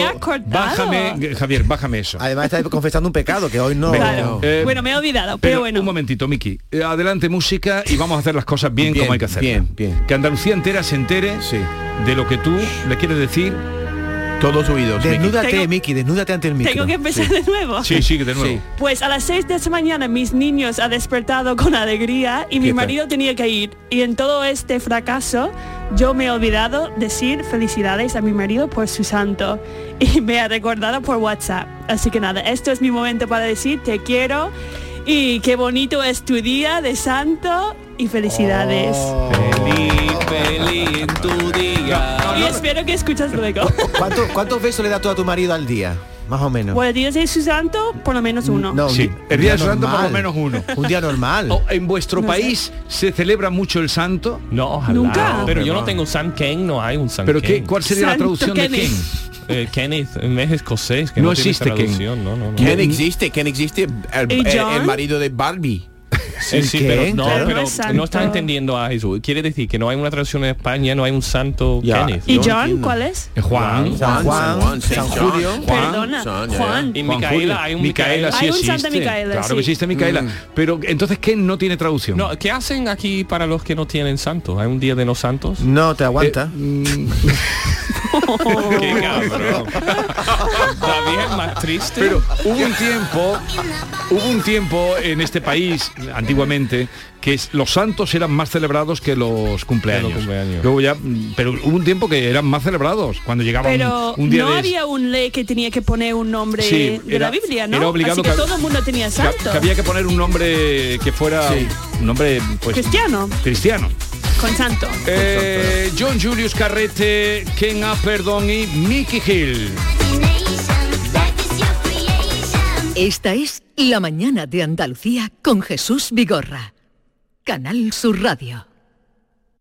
Speaker 9: Bájame, Javier, bájame eso.
Speaker 12: Además está confesando un pecado que hoy no...
Speaker 13: Claro.
Speaker 9: Eh,
Speaker 13: bueno, me he olvidado, pero,
Speaker 9: Pero
Speaker 13: bueno.
Speaker 9: un momentito, Miki. Eh, Adelante música y vamos a hacer las cosas bien, como hay que hacer.
Speaker 11: bien, bien.
Speaker 9: Que Andalucía entera se entere de lo que tú le quieres decir.
Speaker 11: Todos oídos.
Speaker 12: Desnúdate,
Speaker 13: Tengo-
Speaker 12: Miki, desnúdate ante el micro.
Speaker 13: Tengo que empezar de nuevo.
Speaker 9: Sí, sí, de nuevo.
Speaker 13: Pues a las 6 de esta mañana mis niños han despertado con alegría y mi
Speaker 9: ¿Qué tal?
Speaker 13: marido tenía que ir. Y en todo este fracaso yo me he olvidado decir felicidades a mi marido por su santo. Y me ha recordado por WhatsApp. Así que nada, esto es mi momento para decir te quiero Y qué bonito es tu día de santo y felicidades.
Speaker 9: Oh.
Speaker 10: Feliz, feliz en tu día.
Speaker 13: y espero que escuchas luego.
Speaker 19: ¿Cuánto- ¿Cuántos besos le das tú a tu marido al día? Más o menos.
Speaker 13: Bueno, el día de su santo, por lo menos uno.
Speaker 19: No, un
Speaker 9: Sí,
Speaker 19: di- un
Speaker 9: el día del santo por lo
Speaker 19: normal.
Speaker 9: menos uno.
Speaker 19: Un día normal.
Speaker 9: ¿En vuestro
Speaker 13: No sé.
Speaker 9: país se celebra mucho el santo?
Speaker 10: No, ojalá.
Speaker 9: Nunca.
Speaker 10: Pero yo no tengo San Ken, no hay un San
Speaker 9: ¿Pero
Speaker 10: Ken.
Speaker 9: qué- cuál sería la Santo traducción de Kenneth.
Speaker 10: Eh, Kenneth, en es escocés, que
Speaker 9: No
Speaker 10: no, tiene
Speaker 9: existe Ken.
Speaker 10: traducción, no, no, no.
Speaker 12: Mm.
Speaker 11: ¿Quién existe? ¿Quién existe? El,
Speaker 10: ¿Y
Speaker 11: el- el
Speaker 10: John?
Speaker 11: marido de Barbie.
Speaker 10: Sí, sí, pero no,
Speaker 11: Claro.
Speaker 10: pero no
Speaker 13: santo.
Speaker 10: estás entendiendo a Jesús. Quiere decir que no hay una traducción en España, no hay un santo Kenneth.
Speaker 13: ¿Y John cuál es?
Speaker 9: Eh,
Speaker 10: Juan,
Speaker 11: San Juan, San Julio.
Speaker 13: Perdona, Juan.
Speaker 10: Y Micaela, hay un Micaela.
Speaker 13: Hay un Santa Micaela,
Speaker 9: claro
Speaker 13: sí.
Speaker 9: que existe Micaela.
Speaker 10: Mm.
Speaker 9: Pero entonces, ¿qué no tiene traducción?
Speaker 10: No, ¿qué hacen aquí para los que no tienen santos? ¿Hay un día de no santos?
Speaker 19: No, te aguanta.
Speaker 9: Eh, mm,
Speaker 10: Qué cabrón. David es más triste.
Speaker 9: Pero hubo un tiempo, hubo un tiempo en este país, antiguamente, que es- los santos eran más celebrados que los cumpleaños. Luego ya, mm, pero hubo un tiempo que eran más celebrados, cuando llegaba un-
Speaker 13: Pero
Speaker 9: un, día
Speaker 13: no
Speaker 9: de
Speaker 13: había un ley que tenía que poner un nombre
Speaker 9: Sí,
Speaker 13: de
Speaker 9: era-
Speaker 13: la Biblia, ¿no?
Speaker 9: era obligado
Speaker 13: Así que,
Speaker 9: que-
Speaker 13: todo el mundo tenía
Speaker 9: que-
Speaker 13: santo.
Speaker 9: que había que poner un nombre que fuera un nombre pues,
Speaker 13: Cristiano,
Speaker 9: cristiano.
Speaker 13: con santo.
Speaker 9: Eh, John Julius Carrete, Ken Perdón y Mickey Hill.
Speaker 8: Esta es La mañana de Andalucía con Jesús Vigorra. Canal Sur Radio.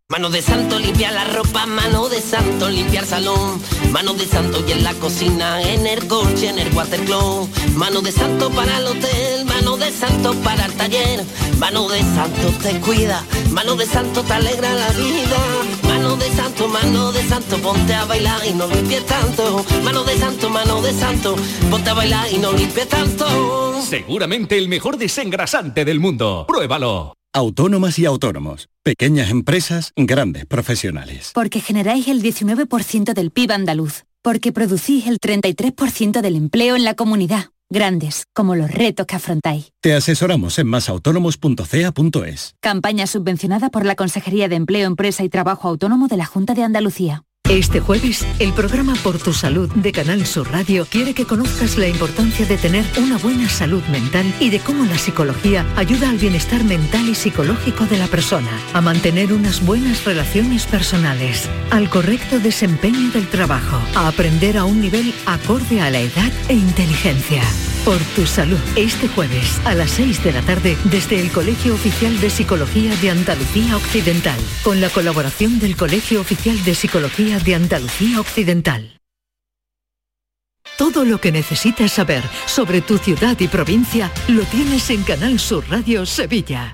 Speaker 20: Mano de santo limpia la ropa, mano de santo limpia el salón, mano de santo y en la cocina, en el coche, en el watercloak, mano de santo para el hotel, mano de santo para el taller, mano de santo te cuida, mano de santo te alegra la vida, mano de santo, mano de santo, ponte a bailar y no limpie tanto, mano de santo, mano de santo, ponte a bailar y no limpie tanto.
Speaker 21: Seguramente el mejor desengrasante del mundo. Pruébalo. Autónomas y autónomos. Pequeñas empresas, grandes profesionales.
Speaker 22: Porque generáis el 19% del PIB andaluz. Porque producís el 33% del empleo en la comunidad. Grandes, como los retos que afrontáis.
Speaker 21: Te asesoramos en masautónomos.ca.es.
Speaker 22: Campaña subvencionada por la Consejería de Empleo, Empresa y Trabajo Autónomo de la Junta de Andalucía.
Speaker 8: Este jueves, el programa Por tu Salud de Canal Sur Radio quiere que conozcas la importancia de tener una buena salud mental y de cómo la psicología ayuda al bienestar mental y psicológico de la persona, a mantener unas buenas relaciones personales, al correcto desempeño del trabajo, a aprender a un nivel acorde a la edad e inteligencia. Por tu salud, este jueves a las 6 de la tarde desde el Colegio Oficial de Psicología de Andalucía Occidental, con la colaboración del Colegio Oficial de Psicología de Andalucía Occidental. Todo lo que necesitas saber sobre tu ciudad y provincia lo tienes en Canal Sur Radio Sevilla.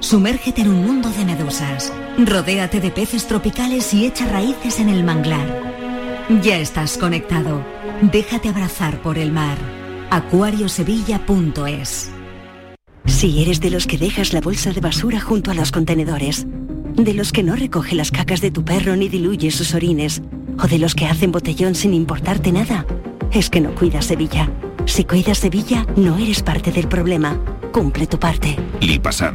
Speaker 23: sumérgete en un mundo de medusas, rodéate de peces tropicales y echa raíces en el manglar. Ya estás conectado, déjate abrazar por el mar. acuariosevilla.es
Speaker 24: Si eres de los que dejas la bolsa de basura junto a los contenedores, de los que no recoge las cacas de tu perro ni diluye sus orines, o de los que hacen botellón sin importarte nada, es que no cuidas Sevilla. Si cuidas Sevilla, no eres parte del problema. Cumple tu parte.
Speaker 25: Lipasam.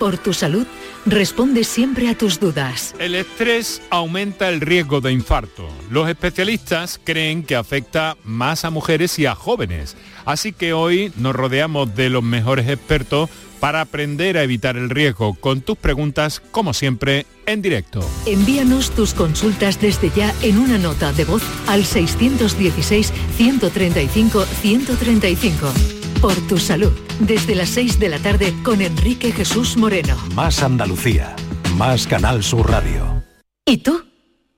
Speaker 8: por tu salud, responde siempre a tus dudas.
Speaker 1: El estrés aumenta el riesgo de infarto. Los especialistas creen que afecta más a mujeres y a jóvenes. Así que hoy nos rodeamos de los mejores expertos para aprender a evitar el riesgo con tus preguntas, como siempre, en directo.
Speaker 8: Envíanos tus consultas desde ya en una nota de voz al 616-135-135. Por tu salud, desde las 6 de la tarde con Enrique Jesús Moreno.
Speaker 25: Más Andalucía. Más Canal Sur Radio.
Speaker 8: ¿Y tú?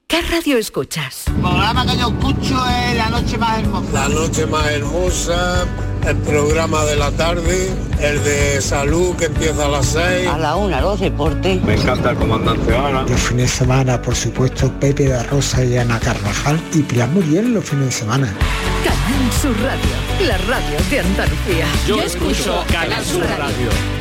Speaker 8: ¿Qué radio escuchas?
Speaker 2: programa que yo escucho es La Noche Más Hermosa.
Speaker 3: La noche más hermosa, el programa de la tarde, el de salud que empieza a las 6.
Speaker 2: A la una, los deportes.
Speaker 3: Me encanta el comandante Ana.
Speaker 4: Los fines de semana, por supuesto, Pepe da Rosa y Ana Carvajal. Y Pilar Muriel los fines de semana.
Speaker 8: Canal Sur Radio, la radio de Andalucía.
Speaker 5: Yo escucho Canal Sur Radio.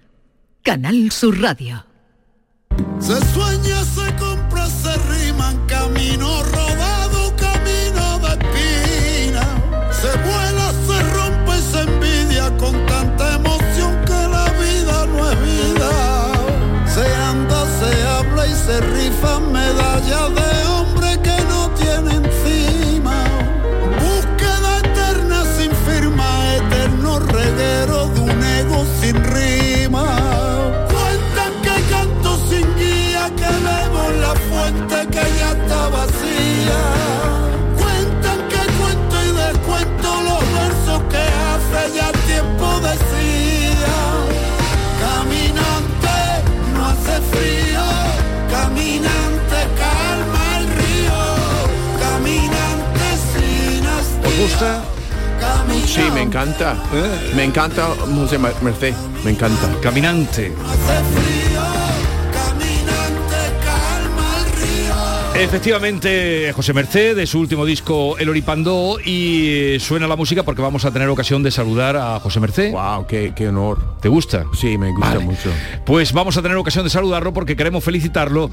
Speaker 8: Canal Sur Radio.
Speaker 6: Se sueña, se compra, se riman, camino rodado, camino de espina. Se vuela, se rompe y se envidia con tanta emoción que la vida no es vida. Se anda, se habla y se rifan medallas de hombre que no tiene encima. Búsqueda eterna sin firma, eterno reguero de un ego sin rima. Cuentan que canto sin guía, que bebo en la fuente que ya está vacía. Cuentan que cuento y descuento los versos que hace ya tiempo decía. Caminante, no hace frío. Caminante, calma el río. Caminante sin hastío.
Speaker 11: gusta? Sí, me encanta. Me encanta José Mer- Merced. Me encanta.
Speaker 9: Caminante. Efectivamente, José Merced, de su último disco El Oripando, y eh, suena la música porque vamos a tener ocasión de saludar a José Merced.
Speaker 11: ¡Wow! ¡Qué, qué honor!
Speaker 9: ¿Te gusta?
Speaker 11: Sí, me gusta mucho.
Speaker 9: Pues vamos a tener ocasión de saludarlo porque queremos felicitarlo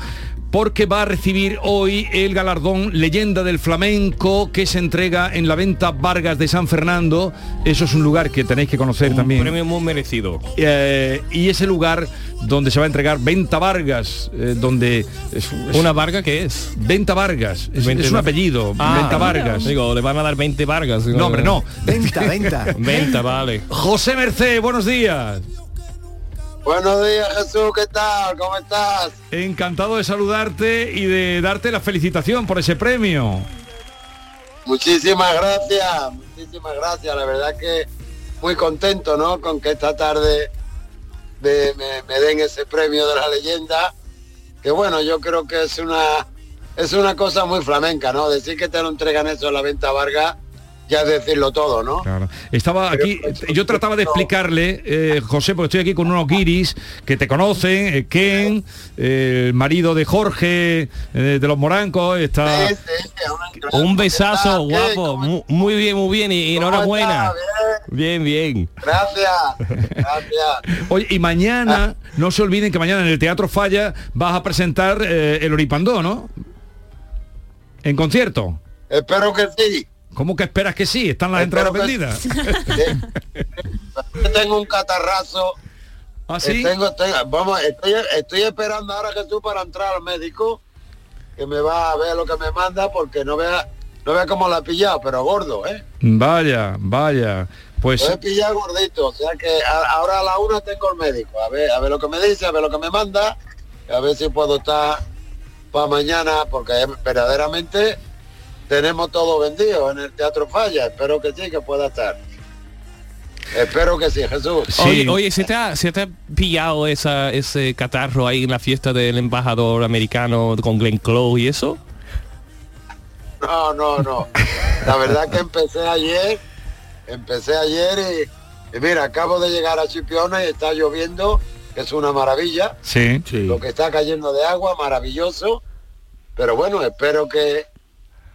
Speaker 9: porque va a recibir hoy el galardón Leyenda del Flamenco que se entrega en la venta Vargas de San Fernando. Eso es un lugar que tenéis que conocer también.
Speaker 10: Premio muy merecido.
Speaker 9: Eh, y ese lugar donde se va a entregar Venta Vargas, eh, donde...
Speaker 10: ¿Una Varga qué es?
Speaker 9: Venta Vargas, es,
Speaker 10: Venta
Speaker 9: es un
Speaker 10: Var-
Speaker 9: apellido,
Speaker 10: Ah,
Speaker 9: Venta Vargas.
Speaker 10: Digo, le van a dar 20 Vargas.
Speaker 9: No, hombre, no.
Speaker 10: Venta, venta. Venta, vale.
Speaker 9: José Merced, buenos días.
Speaker 6: Buenos días Jesús, ¿qué tal? ¿Cómo estás?
Speaker 9: Encantado de saludarte y de darte la felicitación por ese premio.
Speaker 6: Muchísimas gracias, muchísimas gracias. La verdad que muy contento, ¿no? Con que esta tarde de- me, me den ese premio de la leyenda. Que bueno, yo creo que es una es una cosa muy flamenca, ¿no? Decir que te lo entregan eso a la venta Vargas ya es decirlo todo, ¿no?
Speaker 9: Estaba aquí, yo trataba de explicarle, eh, José, porque estoy aquí con unos guiris que te conocen, eh, Ken, eh, el marido de Jorge, eh, de los Morancos, está...
Speaker 10: Un besazo, guapo. Mu- Muy bien, muy bien. Y y enhorabuena. Bien, bien.
Speaker 6: Gracias.
Speaker 9: Oye, y mañana,
Speaker 6: Ah.
Speaker 9: no se olviden que mañana en el Teatro Falla vas a presentar eh, el Oripandó, ¿no? En concierto.
Speaker 6: Espero que sí.
Speaker 9: ¿Cómo que esperas que sí? Están las
Speaker 6: Espero
Speaker 9: entradas
Speaker 6: que-
Speaker 9: vendidas.
Speaker 6: Yo tengo un catarrazo.
Speaker 9: ¿Ah, sí?
Speaker 6: Eh, tengo- tengo- vamos, estoy, estoy esperando ahora que tú para entrar al médico, que me va a ver lo que me manda, porque no vea, no vea cómo la he pillado, pero gordo, ¿eh?
Speaker 9: Vaya, vaya. Pues
Speaker 6: Lo he pillado gordito, o sea que a- ahora a la una tengo el médico, a ver, a ver lo que me dice, a ver lo que me manda, a ver si puedo estar para mañana, porque es- verdaderamente
Speaker 7: tenemos todo vendido en el Teatro Falla. Espero que sí, que pueda estar. Espero que sí, Jesús.
Speaker 10: Oye, oye, ¿se te, ha, se te ha pillado esa, ese catarro ahí en la fiesta del embajador americano con Glenn Close y eso?
Speaker 7: No, no, no. La verdad que empecé ayer, empecé ayer y, y mira, acabo de llegar a Chipiona y está lloviendo, que es una maravilla.
Speaker 1: Sí,
Speaker 7: Lo que está cayendo de agua, maravilloso. Pero bueno, espero que,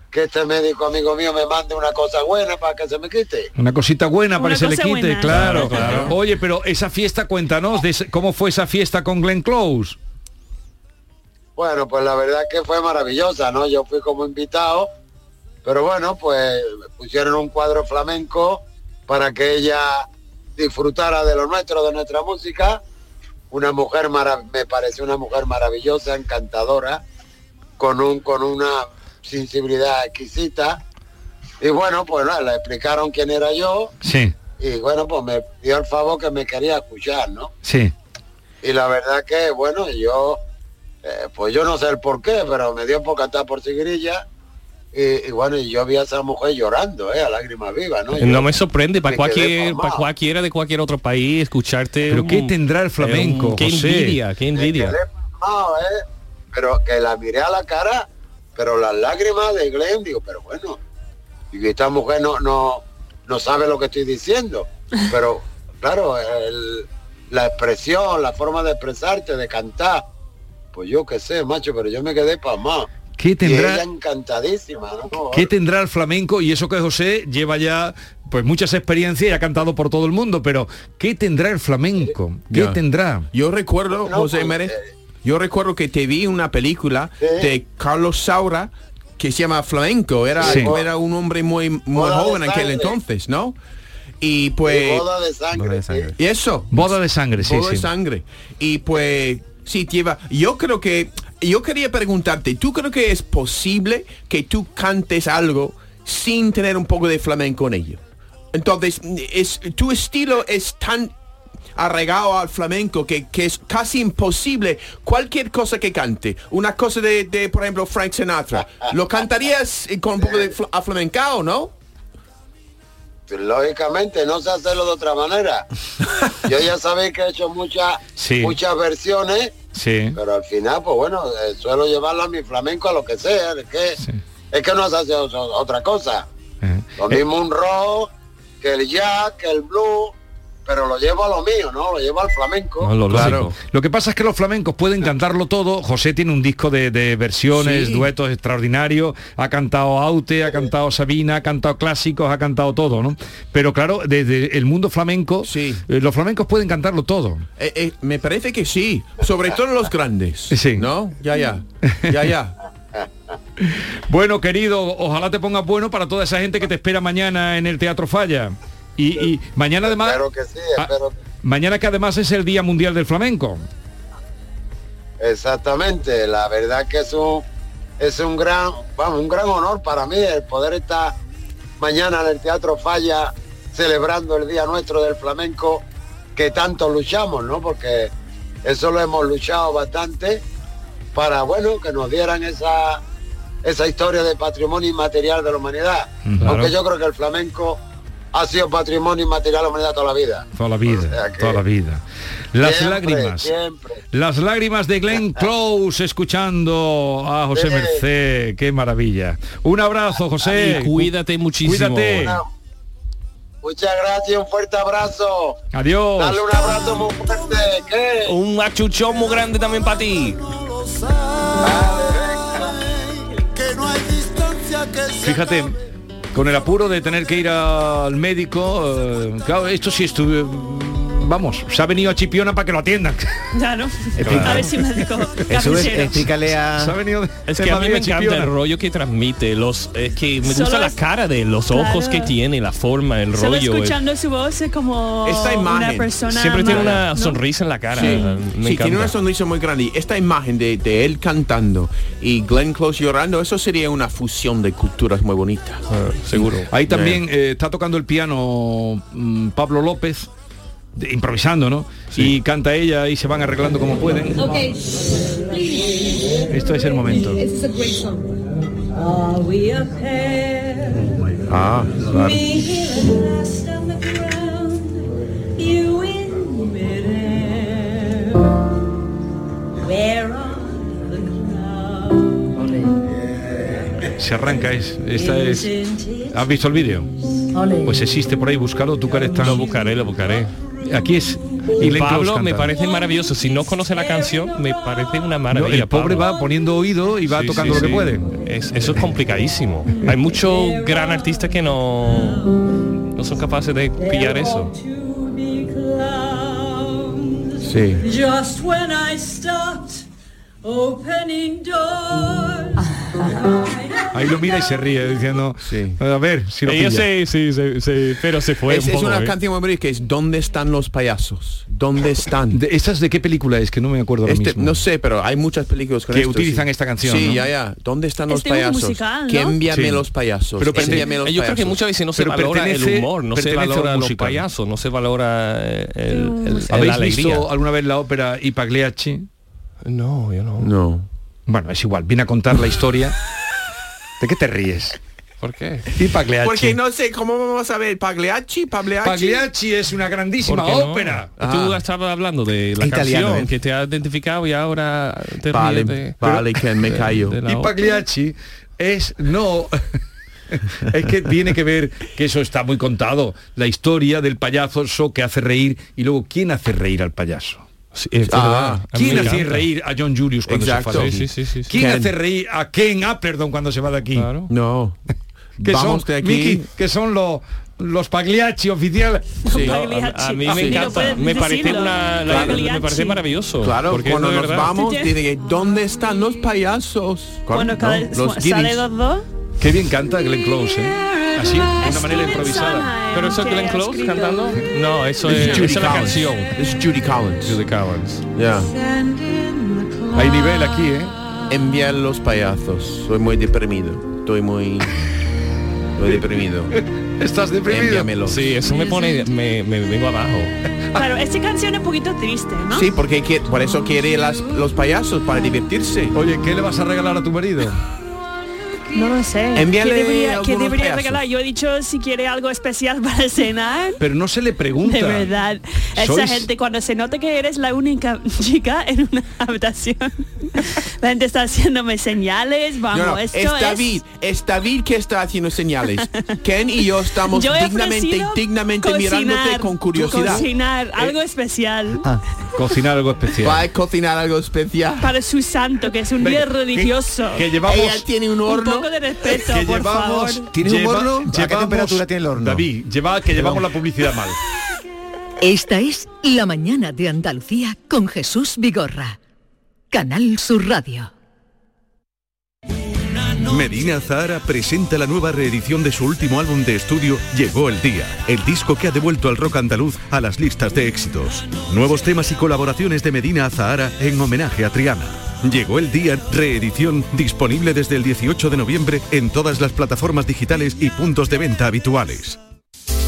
Speaker 7: que este médico amigo mío me mande una cosa buena para que se me quite.
Speaker 9: Una cosita buena para
Speaker 7: Una
Speaker 9: que se le
Speaker 7: cosa
Speaker 9: quite,
Speaker 7: buena.
Speaker 9: claro.
Speaker 7: Claro, claro.
Speaker 9: Oye, pero esa fiesta, cuéntanos, de ese- ¿cómo fue esa fiesta con Glenn Close?
Speaker 7: Bueno, pues la verdad que fue maravillosa, ¿no? Yo fui como invitado, pero bueno, pues pusieron un cuadro flamenco para que ella disfrutara de lo nuestro, de nuestra música. Una mujer mara- me pareció una mujer maravillosa, encantadora, con un con una sensibilidad exquisita. Y bueno, pues nada, le explicaron quién era yo
Speaker 1: Sí,
Speaker 7: y bueno, pues me dio el favor que me quería escuchar, ¿no?
Speaker 1: sí.
Speaker 7: y la verdad que bueno yo eh, pues yo no sé el por qué pero me dio por cantar por cigrilla y, y bueno y yo vi a esa mujer llorando eh, a lágrimas vivas no Yo-
Speaker 10: No me sorprende, para
Speaker 7: me quedé
Speaker 10: cualquier,
Speaker 7: pasmado.
Speaker 10: para cualquiera de cualquier otro país, escucharte.
Speaker 9: ¿Pero qué
Speaker 10: mm,
Speaker 9: tendrá el flamenco,
Speaker 10: eh, Qué
Speaker 9: José?
Speaker 10: envidia, qué envidia.
Speaker 7: pasmado, eh, pero que la miré a la cara pero las lágrimas de Glenn digo pero bueno y esta mujer no no no sabe lo que estoy diciendo pero claro el- la expresión la forma de expresarte de cantar pues yo qué sé macho pero yo me quedé pasmado
Speaker 9: ¿Qué
Speaker 7: Y ella
Speaker 9: tendrá,
Speaker 7: encantadísima, ¿no?
Speaker 9: qué tendrá el flamenco? Y eso que José lleva ya pues muchas experiencias y ha cantado por todo el mundo, pero ¿qué tendrá el flamenco? ¿Qué
Speaker 11: Ya.
Speaker 9: tendrá?
Speaker 11: Yo recuerdo,
Speaker 9: No,
Speaker 11: José
Speaker 9: pues,
Speaker 11: Mérez, yo recuerdo que te vi en una película de Carlos Saura que se llama Flamenco. Era,
Speaker 7: Sí.
Speaker 11: era un hombre muy, muy
Speaker 7: Boda de
Speaker 11: joven en aquel
Speaker 7: sangre.
Speaker 11: entonces, ¿no? Y pues...
Speaker 7: Y boda de sangre, sí.
Speaker 11: Y eso.
Speaker 9: Boda de sangre, sí,
Speaker 11: Boda de
Speaker 9: sí.
Speaker 11: sangre. Y pues, sí, lleva... Yo creo que... Yo quería preguntarte, ¿tú crees que es posible que tú cantes algo sin tener un poco de flamenco en ello? Entonces, es, tu estilo es tan arraigado al flamenco que, que es casi imposible cualquier cosa que cante. Una cosa de, de, por ejemplo, Frank Sinatra. ¿Lo cantarías eh, con un poco de fl- aflamencao, no?
Speaker 7: Lógicamente, no sé hacerlo de otra manera. Yo ya sabéis que he hecho muchas
Speaker 1: Sí.
Speaker 7: muchas versiones,
Speaker 1: Sí.
Speaker 7: pero al final, pues bueno, eh, suelo llevarlo a mi flamenco a lo que sea. Es que, es que no se hace o- otra cosa.
Speaker 9: Eh,
Speaker 7: Lo mismo un rock, que el jazz, que el blues, pero lo llevo a lo mío, ¿no? Lo llevo al flamenco.
Speaker 9: No, lo lógico. Lo que pasa es que los flamencos pueden cantarlo todo. José tiene un disco de, de versiones,
Speaker 7: Sí.
Speaker 9: duetos extraordinarios. Ha cantado Aute, ha cantado Sabina, ha cantado clásicos, ha cantado todo, ¿no? Pero claro, desde el mundo flamenco, eh, los flamencos pueden cantarlo todo.
Speaker 11: Eh, eh, me parece que sí, sobre todo en los grandes.
Speaker 9: Sí.
Speaker 11: ¿No? Ya, ya. Ya, ya.
Speaker 9: Bueno, querido, ojalá te pongas bueno para toda esa gente que te espera mañana en el Teatro Falla. Y, y mañana además...
Speaker 7: Espero que sí,
Speaker 9: ah,
Speaker 7: espero que
Speaker 9: Mañana que además es el Día Mundial del Flamenco.
Speaker 7: Exactamente, la verdad que es un, es un gran, vamos, un gran honor para mí el poder estar mañana en el Teatro Falla celebrando el Día Nuestro del Flamenco que tanto luchamos, ¿no? Porque eso lo hemos luchado bastante para, bueno, que nos dieran esa, esa historia de patrimonio inmaterial de la humanidad.
Speaker 9: Mm, claro.
Speaker 7: Porque yo creo que el flamenco ha sido patrimonio inmaterial de la humanidad toda la vida.
Speaker 9: Toda la vida,
Speaker 7: que-
Speaker 9: toda la vida. Las
Speaker 7: Siempre,
Speaker 9: lágrimas.
Speaker 7: siempre.
Speaker 9: Las lágrimas de Glenn Close escuchando a José
Speaker 7: Sí.
Speaker 9: Merced. Qué maravilla. Un abrazo, José.
Speaker 7: Ah, Y cuídate
Speaker 9: muchísimo. Cuídate.
Speaker 7: Una- Muchas gracias, un fuerte abrazo.
Speaker 9: Adiós.
Speaker 7: Dale un abrazo muy fuerte. ¿qué?
Speaker 10: Un achuchón muy grande también para ti.
Speaker 6: Que no hay distancia que se
Speaker 9: Fíjate, con el apuro de tener que ir al médico, eh, claro, esto sí estuve. mm, Vamos, se ha venido a Chipiona para que lo atiendan.
Speaker 12: Ya, ¿no? A ver si me dijo. carnicero.
Speaker 9: Se ha venido de-
Speaker 10: Es
Speaker 9: de
Speaker 10: que a mí
Speaker 9: Madrid
Speaker 10: me
Speaker 9: a
Speaker 10: encanta
Speaker 9: Chipiona.
Speaker 10: el rollo que transmite, los, es que me
Speaker 12: Solo
Speaker 10: gusta la
Speaker 12: es-
Speaker 10: cara de los ojos
Speaker 12: Claro.
Speaker 10: que tiene, la forma, el
Speaker 12: Solo
Speaker 10: rollo. el-
Speaker 9: eh.
Speaker 12: escuchando su voz es como
Speaker 11: Esta
Speaker 12: una
Speaker 11: imagen
Speaker 12: persona
Speaker 10: Siempre tiene
Speaker 12: amada,
Speaker 10: una
Speaker 12: ¿no?
Speaker 10: sonrisa en la cara.
Speaker 11: Sí,
Speaker 10: Me
Speaker 11: Sí,
Speaker 10: encanta.
Speaker 11: tiene una sonrisa muy grande. Y Esta imagen de, de él cantando y Glenn Close llorando, eso sería una fusión de culturas muy bonita.
Speaker 10: Ah,
Speaker 9: seguro. Ahí también eh, está tocando el piano mm, Pablo López, de- improvisando, ¿no? Y canta ella y se van arreglando como pueden.
Speaker 13: Okay, shh, please.
Speaker 9: Esto es el momento.
Speaker 13: This is a great song.
Speaker 26: Are we a pair?
Speaker 27: Ah, claro.
Speaker 26: Me here at last on the ground, you in midair. Where are
Speaker 9: Se arranca, es, esta es... ¿Has visto el vídeo? Pues existe por ahí, búscalo, tú que eres tan... Lo buscaré, lo buscaré. Aquí es...
Speaker 10: Y
Speaker 9: Glenn Close
Speaker 10: Pablo me
Speaker 9: cantando.
Speaker 10: parece maravilloso. Si no conoce la canción, me parece una maravilla.
Speaker 9: No, el pobre
Speaker 10: Pablo.
Speaker 9: va poniendo oído y va
Speaker 10: Sí,
Speaker 9: tocando lo
Speaker 10: sí,
Speaker 9: que
Speaker 10: sí.
Speaker 9: puede.
Speaker 10: Es- eso es complicadísimo. Hay muchos gran artistas que no, no son capaces de pillar eso.
Speaker 11: Sí.
Speaker 26: Just when I stopped opening doors.
Speaker 9: Ah. Ahí lo mira y se ríe diciendo, a ver si lo
Speaker 11: Ella
Speaker 9: pilla.
Speaker 10: Eh,
Speaker 11: se-
Speaker 10: Este pero se fue
Speaker 11: es,
Speaker 10: un
Speaker 11: es
Speaker 10: poco,
Speaker 11: una
Speaker 10: ¿eh?
Speaker 11: canción muy bonita que es ¿Dónde están los payasos? ¿Dónde están?
Speaker 9: ¿De ¿Estas de qué película es? Que no me acuerdo ahora
Speaker 11: Este,
Speaker 9: mismo.
Speaker 11: No sé, pero hay muchas películas con
Speaker 9: Que
Speaker 11: esto,
Speaker 9: utilizan
Speaker 11: sí.
Speaker 9: esta canción,
Speaker 11: Sí,
Speaker 9: ¿no?
Speaker 11: ya, ya. ¿Dónde están los
Speaker 10: Es de un
Speaker 11: payasos?
Speaker 10: musical, ¿no?
Speaker 11: Que envíame
Speaker 10: Sí.
Speaker 11: los payasos.
Speaker 10: Pero pertene-
Speaker 11: envíame los
Speaker 10: yo creo que
Speaker 11: payasos.
Speaker 10: muchas veces no se
Speaker 11: Pero
Speaker 10: valora el
Speaker 11: pertenece-
Speaker 10: humor, no se
Speaker 11: pertenece a un
Speaker 10: valora los
Speaker 11: musical.
Speaker 10: payasos, no se valora eh, el, el- el- la
Speaker 9: Pues, ¿Habéis
Speaker 10: alegría.
Speaker 9: visto alguna vez la ópera y Pagliacci?
Speaker 10: No, yo no.
Speaker 11: No.
Speaker 9: Bueno, es igual, vine a contar la historia. ¿De qué te ríes?
Speaker 10: ¿Por qué?
Speaker 9: Y Pagliacci.
Speaker 11: Porque no sé, ¿cómo vamos a ver? ¿Pagliacci? ¿Pagliacci?
Speaker 9: Pagliacci es una grandísima
Speaker 10: ¿Por qué no?
Speaker 9: ópera.
Speaker 10: Tú estabas hablando de la
Speaker 9: Italiano,
Speaker 10: canción
Speaker 9: ¿eh?
Speaker 10: que te ha identificado y ahora te
Speaker 11: Vale,
Speaker 10: ríes de-
Speaker 11: vale, que me
Speaker 10: de-
Speaker 11: callo.
Speaker 10: de la
Speaker 9: Y
Speaker 10: otra.
Speaker 9: Pagliacci es no. es que tiene que ver que eso está muy contado. La historia del payaso so que hace reír y luego quién hace reír al payaso. Ah,
Speaker 10: es verdad. Ah, A mí
Speaker 9: ¿Quién
Speaker 10: me
Speaker 9: hace
Speaker 10: encanta.
Speaker 9: reír a John Julius cuando se
Speaker 10: Exacto.
Speaker 9: fue? de
Speaker 10: Sí,
Speaker 9: aquí?
Speaker 10: sí, sí, sí.
Speaker 9: ¿Quién
Speaker 10: Ken.
Speaker 9: hace reír a Ken Appleton cuando se va de aquí?
Speaker 11: No.
Speaker 9: Que son,
Speaker 11: Vamos de aquí.
Speaker 9: Miki, que son los los Pagliacci oficiales.
Speaker 10: Sí, no, a, a mí me encanta, me parece una, la- me parece maravilloso.
Speaker 11: Claro,
Speaker 10: porque
Speaker 11: cuando
Speaker 10: es
Speaker 11: nos
Speaker 10: verdad.
Speaker 11: vamos, dice que ¿dónde están los payasos?
Speaker 13: Bueno, cada vez
Speaker 11: los
Speaker 13: sale
Speaker 11: guiris.
Speaker 13: los dos.
Speaker 9: Qué bien canta Glenn Close,
Speaker 10: Ah,
Speaker 9: ¿eh? Así, de una manera
Speaker 13: eh,
Speaker 10: improvisada. Pero eso es Glenn Close cantando. No, eso
Speaker 11: This
Speaker 10: es,
Speaker 11: is Judy
Speaker 10: esa es la
Speaker 11: Collins.
Speaker 10: canción.
Speaker 11: Es Judy Collins.
Speaker 10: Judy Collins.
Speaker 11: Ya.
Speaker 9: Hay nivel aquí, ¿eh?
Speaker 11: Enviar los payasos. Soy muy deprimido. Estoy muy... Estoy deprimido.
Speaker 9: ¿Estás deprimido?
Speaker 11: Envíamelos.
Speaker 10: Sí, eso me pone, me, me vengo abajo.
Speaker 13: Claro, esta canción es un poquito triste, ¿no?
Speaker 11: Sí, porque que- por eso quiere las, los payasos, para divertirse.
Speaker 9: Oye, ¿qué le vas a regalar a tu marido?
Speaker 13: No lo sé.
Speaker 11: Envíale
Speaker 13: ¿Qué debería, qué
Speaker 11: algunos
Speaker 13: debería
Speaker 11: pedazos.
Speaker 13: regalar? Yo he dicho si quiere algo especial para cenar.
Speaker 9: Pero no se le pregunta.
Speaker 13: De verdad. Esa
Speaker 9: Sois-
Speaker 13: gente cuando se nota que eres la única chica en una habitación, la gente está haciéndome señales, vamos,
Speaker 11: No, no,
Speaker 13: esto
Speaker 11: es
Speaker 13: es-
Speaker 11: David, es David que está haciendo señales. Ken y yo estamos
Speaker 13: Yo he
Speaker 11: dignamente,
Speaker 13: ofrecido
Speaker 11: dignamente
Speaker 13: cocinar,
Speaker 11: mirándote con curiosidad. Eh,
Speaker 13: Cocinar algo especial
Speaker 9: Ah, Cocinar algo especial.
Speaker 11: Va a cocinar algo especial.
Speaker 13: para su santo, que es un día religioso.
Speaker 9: que llevamos-
Speaker 11: Ella tiene un horno.
Speaker 13: poco de respeto,
Speaker 9: que
Speaker 13: por
Speaker 9: llevamos
Speaker 13: favor.
Speaker 9: ¿Tiene
Speaker 28: Lleva- llevamos-
Speaker 9: David, lleva que llevamos la publicidad mal.
Speaker 29: Esta es La mañana de Andalucía con Jesús Vigorra. Canal Sur Radio.
Speaker 30: Medina Zahara presenta la nueva reedición de su último álbum de estudio Llegó el día, el disco que ha devuelto al rock andaluz a las listas de éxitos. Nuevos temas y colaboraciones de Medina Zahara en homenaje a Triana. Llegó el día, reedición disponible desde el 18 de noviembre en todas las plataformas digitales y puntos de venta habituales.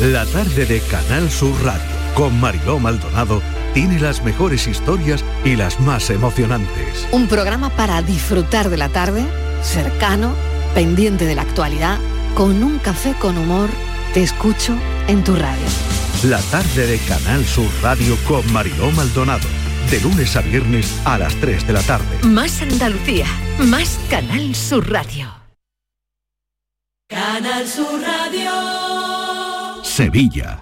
Speaker 30: La tarde de Canal Sur Radio con Mariló Maldonado tiene las mejores historias y las más emocionantes.
Speaker 8: Un programa para disfrutar de la tarde, cercano, pendiente de la actualidad, con un café con humor, te escucho en tu radio.
Speaker 30: La tarde de Canal Sur Radio con Mariló Maldonado. De lunes a viernes a las 3 de la tarde.
Speaker 29: Más Andalucía, más Canal Sur Radio.
Speaker 26: Canal Sur Radio.
Speaker 30: Sevilla.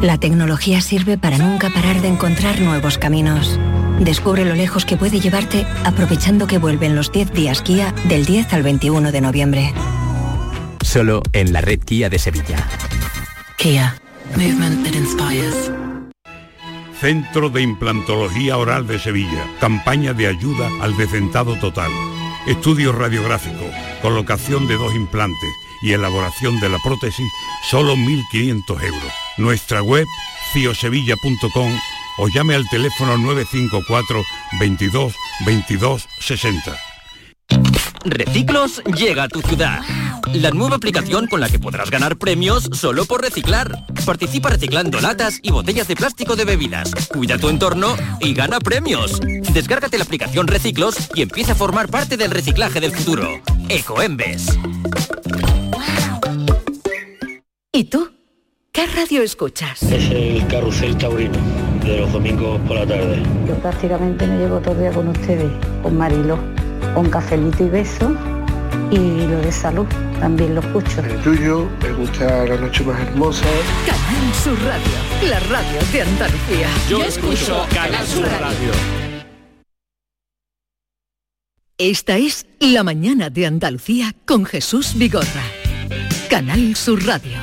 Speaker 24: La tecnología sirve para nunca parar de encontrar nuevos caminos. Descubre lo lejos que puede llevarte aprovechando que vuelven los 10 días Kia del 10 al 21 de noviembre.
Speaker 31: Solo en la red Kia de Sevilla.
Speaker 6: Kia. Movement that inspires.
Speaker 32: Centro de Implantología Oral de Sevilla. Campaña de ayuda al decentado total. Estudio radiográfico, colocación de dos implantes,
Speaker 33: y elaboración de la prótesis, solo 1.500 euros. Nuestra web, ciosevilla.com o llame al teléfono 954 22 22 60.
Speaker 31: Reciclos llega a tu ciudad. La nueva aplicación con la que podrás ganar premios solo por reciclar. Participa reciclando latas y botellas de plástico de bebidas. Cuida tu entorno y gana premios. Descárgate la aplicación Reciclos y empieza a formar parte del reciclaje del futuro. Ecoembes.
Speaker 8: ¿Y tú? ¿Qué radio escuchas?
Speaker 34: Es el carrusel taurino de los domingos por la tarde.
Speaker 24: Yo prácticamente me llevo todo el día con ustedes, con Marilo, con cafelito y beso y lo de salud también lo escucho.
Speaker 35: El tuyo, me gusta la noche más hermosa.
Speaker 8: Canal Sur Radio, la radio de Andalucía.
Speaker 6: Yo escucho Canal Sur Radio.
Speaker 8: Esta es La mañana de Andalucía con Jesús Vigorra. Canal Sur Radio.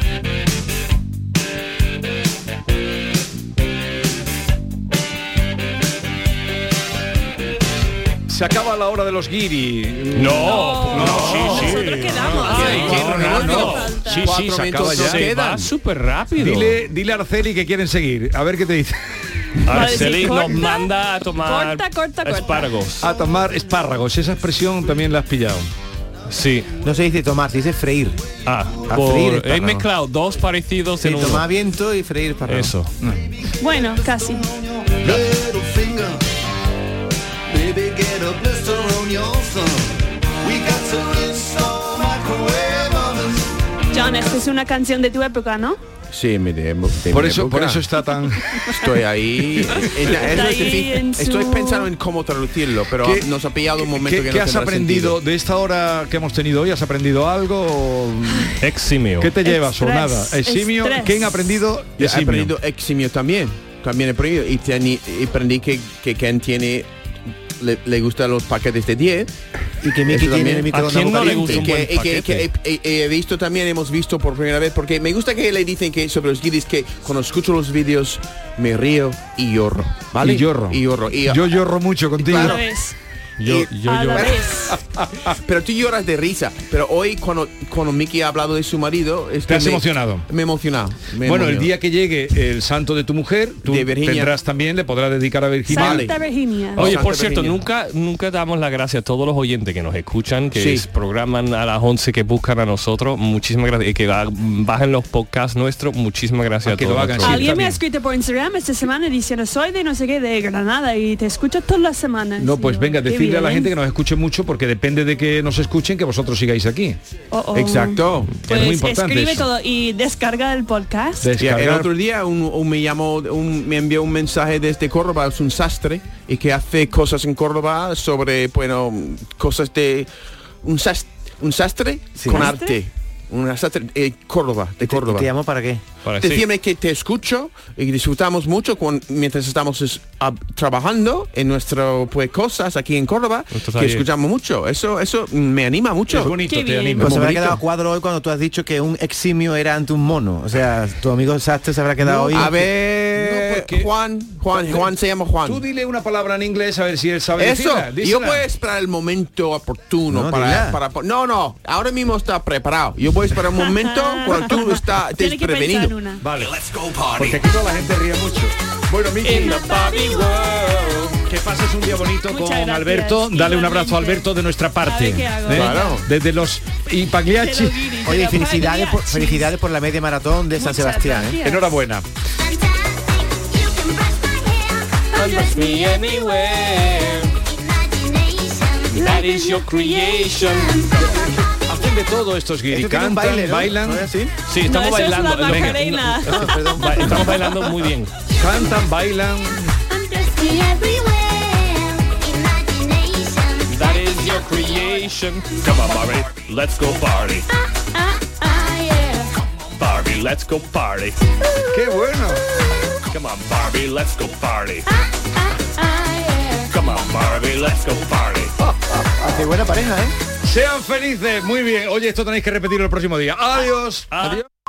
Speaker 9: Se acaba la hora de los guiri.
Speaker 36: No, no, sí, sí.
Speaker 9: Ay, qué raro. Sí, sí, se acaba ya.
Speaker 10: queda súper rápido.
Speaker 9: Dile, dile a Arceli que quieren seguir. A ver qué te dice.
Speaker 10: Arceli nos manda a tomar
Speaker 13: corta, corta, corta.
Speaker 10: espárragos.
Speaker 9: A tomar espárragos. Esa expresión también la has pillado.
Speaker 10: Sí.
Speaker 12: No se dice tomar, se dice freír.
Speaker 10: Ah,
Speaker 12: A
Speaker 10: por-
Speaker 12: freír
Speaker 10: he
Speaker 12: espárragos.
Speaker 10: mezclado dos parecidos
Speaker 12: Se
Speaker 10: en uno.
Speaker 12: toma viento y freír para
Speaker 10: Eso.
Speaker 13: Bueno, casi.
Speaker 6: Little finger, baby, get a blister on your thumb. We got to install microwave ovens.
Speaker 13: John, esto es una canción de tu época, ¿no?
Speaker 11: Sí, mi de- de mi
Speaker 9: Por eso,
Speaker 11: época.
Speaker 9: por eso está tan.
Speaker 11: Estoy ahí. En la- es
Speaker 13: Está
Speaker 11: lo que
Speaker 13: ahí
Speaker 11: sí,
Speaker 13: en su-
Speaker 11: Estoy pensando en cómo traducirlo, pero
Speaker 9: ¿Qué-
Speaker 11: nos ha pillado un momento
Speaker 9: ¿Qué,
Speaker 11: que
Speaker 9: qué
Speaker 11: no
Speaker 9: has
Speaker 11: tendrá
Speaker 9: aprendido
Speaker 11: sentido.
Speaker 9: de esta hora que hemos tenido hoy? ¿Has aprendido algo? o-
Speaker 10: Eximio.
Speaker 9: ¿Qué te llevas o
Speaker 11: Estrés,
Speaker 9: nada? Eximio.
Speaker 11: estrés.
Speaker 9: ¿Quién ha aprendido?
Speaker 11: Yo he
Speaker 9: Eximio.
Speaker 11: aprendido eximio también. También he aprendido. Y, teni- y aprendí que, que Ken tiene... Le, le gustan los paquetes de 10 y que
Speaker 12: Miki tiene el
Speaker 11: ¿A
Speaker 12: microondas
Speaker 11: quién no le
Speaker 12: caliente?
Speaker 11: gusta un
Speaker 12: Y que-
Speaker 11: buen
Speaker 12: y que-
Speaker 11: paquete? que he, he- he visto también hemos visto por primera vez porque me gusta que le dicen que sobre los guiris que cuando escucho los vídeos me río y lloro vale
Speaker 9: Y lloro.
Speaker 11: y lloro y
Speaker 9: Yo lloro mucho contigo.
Speaker 11: Claro.
Speaker 9: Yo-
Speaker 11: Y-
Speaker 9: yo A la lloro.
Speaker 11: pero tú lloras de risa pero hoy cuando cuando Mickey ha hablado de su marido es
Speaker 9: Te has emocionado.
Speaker 11: me he emocionado me he
Speaker 9: bueno, el
Speaker 11: emocionado.
Speaker 9: día que llegue el santo de tu mujer, tú
Speaker 11: De Virginia.
Speaker 9: tendrás también, le podrás dedicar a Virginia.
Speaker 13: Santa Virginia.
Speaker 10: Oye,
Speaker 9: Santa
Speaker 10: por cierto,
Speaker 9: Virginia.
Speaker 10: nunca nunca damos las gracias a todos los oyentes que nos escuchan, que
Speaker 9: Sí.
Speaker 10: es- programan a las 11, que buscan a nosotros. Muchísimas gracias. Y que ba- bajen los podcasts nuestros. Muchísimas gracias a,
Speaker 9: que
Speaker 10: todos.
Speaker 9: lo hagan,
Speaker 10: nuestros-
Speaker 13: Alguien me ha escrito por Instagram esta semana diciendo soy de no sé qué de Granada y te escucho todas las semanas.
Speaker 9: No, pues venga,
Speaker 13: Ah, Qué
Speaker 9: decirle a la
Speaker 13: bien.
Speaker 9: gente que nos escuche mucho porque depende de que nos escuchen que vosotros sigáis aquí.
Speaker 13: Oh, oh.
Speaker 9: Exacto.
Speaker 13: Pues
Speaker 9: es muy importante.
Speaker 13: escribe
Speaker 9: eso.
Speaker 13: todo y descarga el podcast.
Speaker 9: Descargar.
Speaker 11: Ya, el otro día un, un me llamó, un, me envió un mensaje desde Córdoba, es un sastre, y que hace cosas en Córdoba sobre, bueno, cosas de un, sas- un sastre con
Speaker 12: ¿Sastre?
Speaker 11: arte. Un sastre eh, Córdoba, de Córdoba.
Speaker 12: ¿Te llamo para qué?
Speaker 11: Decirme que te escucho y disfrutamos mucho cuan- mientras estamos es, ab- trabajando en nuestras pues, cosas aquí en Córdoba,
Speaker 10: Nuestros
Speaker 11: que
Speaker 10: talleres.
Speaker 11: escuchamos mucho. Eso eso me anima mucho.
Speaker 12: Pues, Es bonito,
Speaker 9: Qué te bien. anima.
Speaker 12: Pues se habrá
Speaker 11: Bonito.
Speaker 12: quedado a cuadro hoy cuando tú has dicho que un eximio era ante un mono. O sea, tu amigo Sastre se habrá quedado hoy.
Speaker 11: A ver, Juan, Juan, Juan se llama Juan.
Speaker 9: Tú dile una palabra en inglés a ver si él sabe
Speaker 11: Eso,
Speaker 9: decirla, dísela.
Speaker 11: yo voy a esperar el momento oportuno
Speaker 9: No,
Speaker 11: para,
Speaker 9: dila.
Speaker 11: para, No, no, ahora mismo está preparado. Yo voy a esperar un momento cuando tú estás
Speaker 13: Tiene que pensar en
Speaker 11: desprevenido.
Speaker 13: una.
Speaker 9: Vale. Porque aquí toda la gente ríe mucho. Bueno, Miki, que pases un día bonito
Speaker 13: Muchas
Speaker 9: con
Speaker 13: gracias.
Speaker 9: Alberto. Dale un abrazo a Alberto de nuestra parte. ¿Eh?
Speaker 13: qué hago.
Speaker 11: Claro.
Speaker 9: Desde los y Pagliacci.
Speaker 12: Oye, y felicidades por, felicidades por la media maratón de San Sebastián. ¿eh?
Speaker 13: gracias.
Speaker 9: Enhorabuena.
Speaker 10: That is your creation.
Speaker 9: Hacen de todo estos guiri.
Speaker 12: Esto Este tiene un
Speaker 9: Cantan,
Speaker 12: baile, ¿no?
Speaker 9: bailan.
Speaker 12: ¿Ahora sí?
Speaker 10: Sí, estamos
Speaker 13: No, eso es la
Speaker 10: bailando. Venga,
Speaker 13: Macarena.
Speaker 10: no, ba- estamos bailando muy bien.
Speaker 9: Cantan, bailan.
Speaker 10: That is your creation. Come on, Barbie, let's go party. Barbie, let's go party.
Speaker 9: ¡Qué bueno!
Speaker 10: Come on, Barbie, let's go party. Come on, Barbie, let's go party.
Speaker 12: Hace Ah, buena pareja, ¿eh?
Speaker 9: Sean felices. Muy bien. Oye, esto tenéis que repetirlo el próximo día. Adiós. Adiós.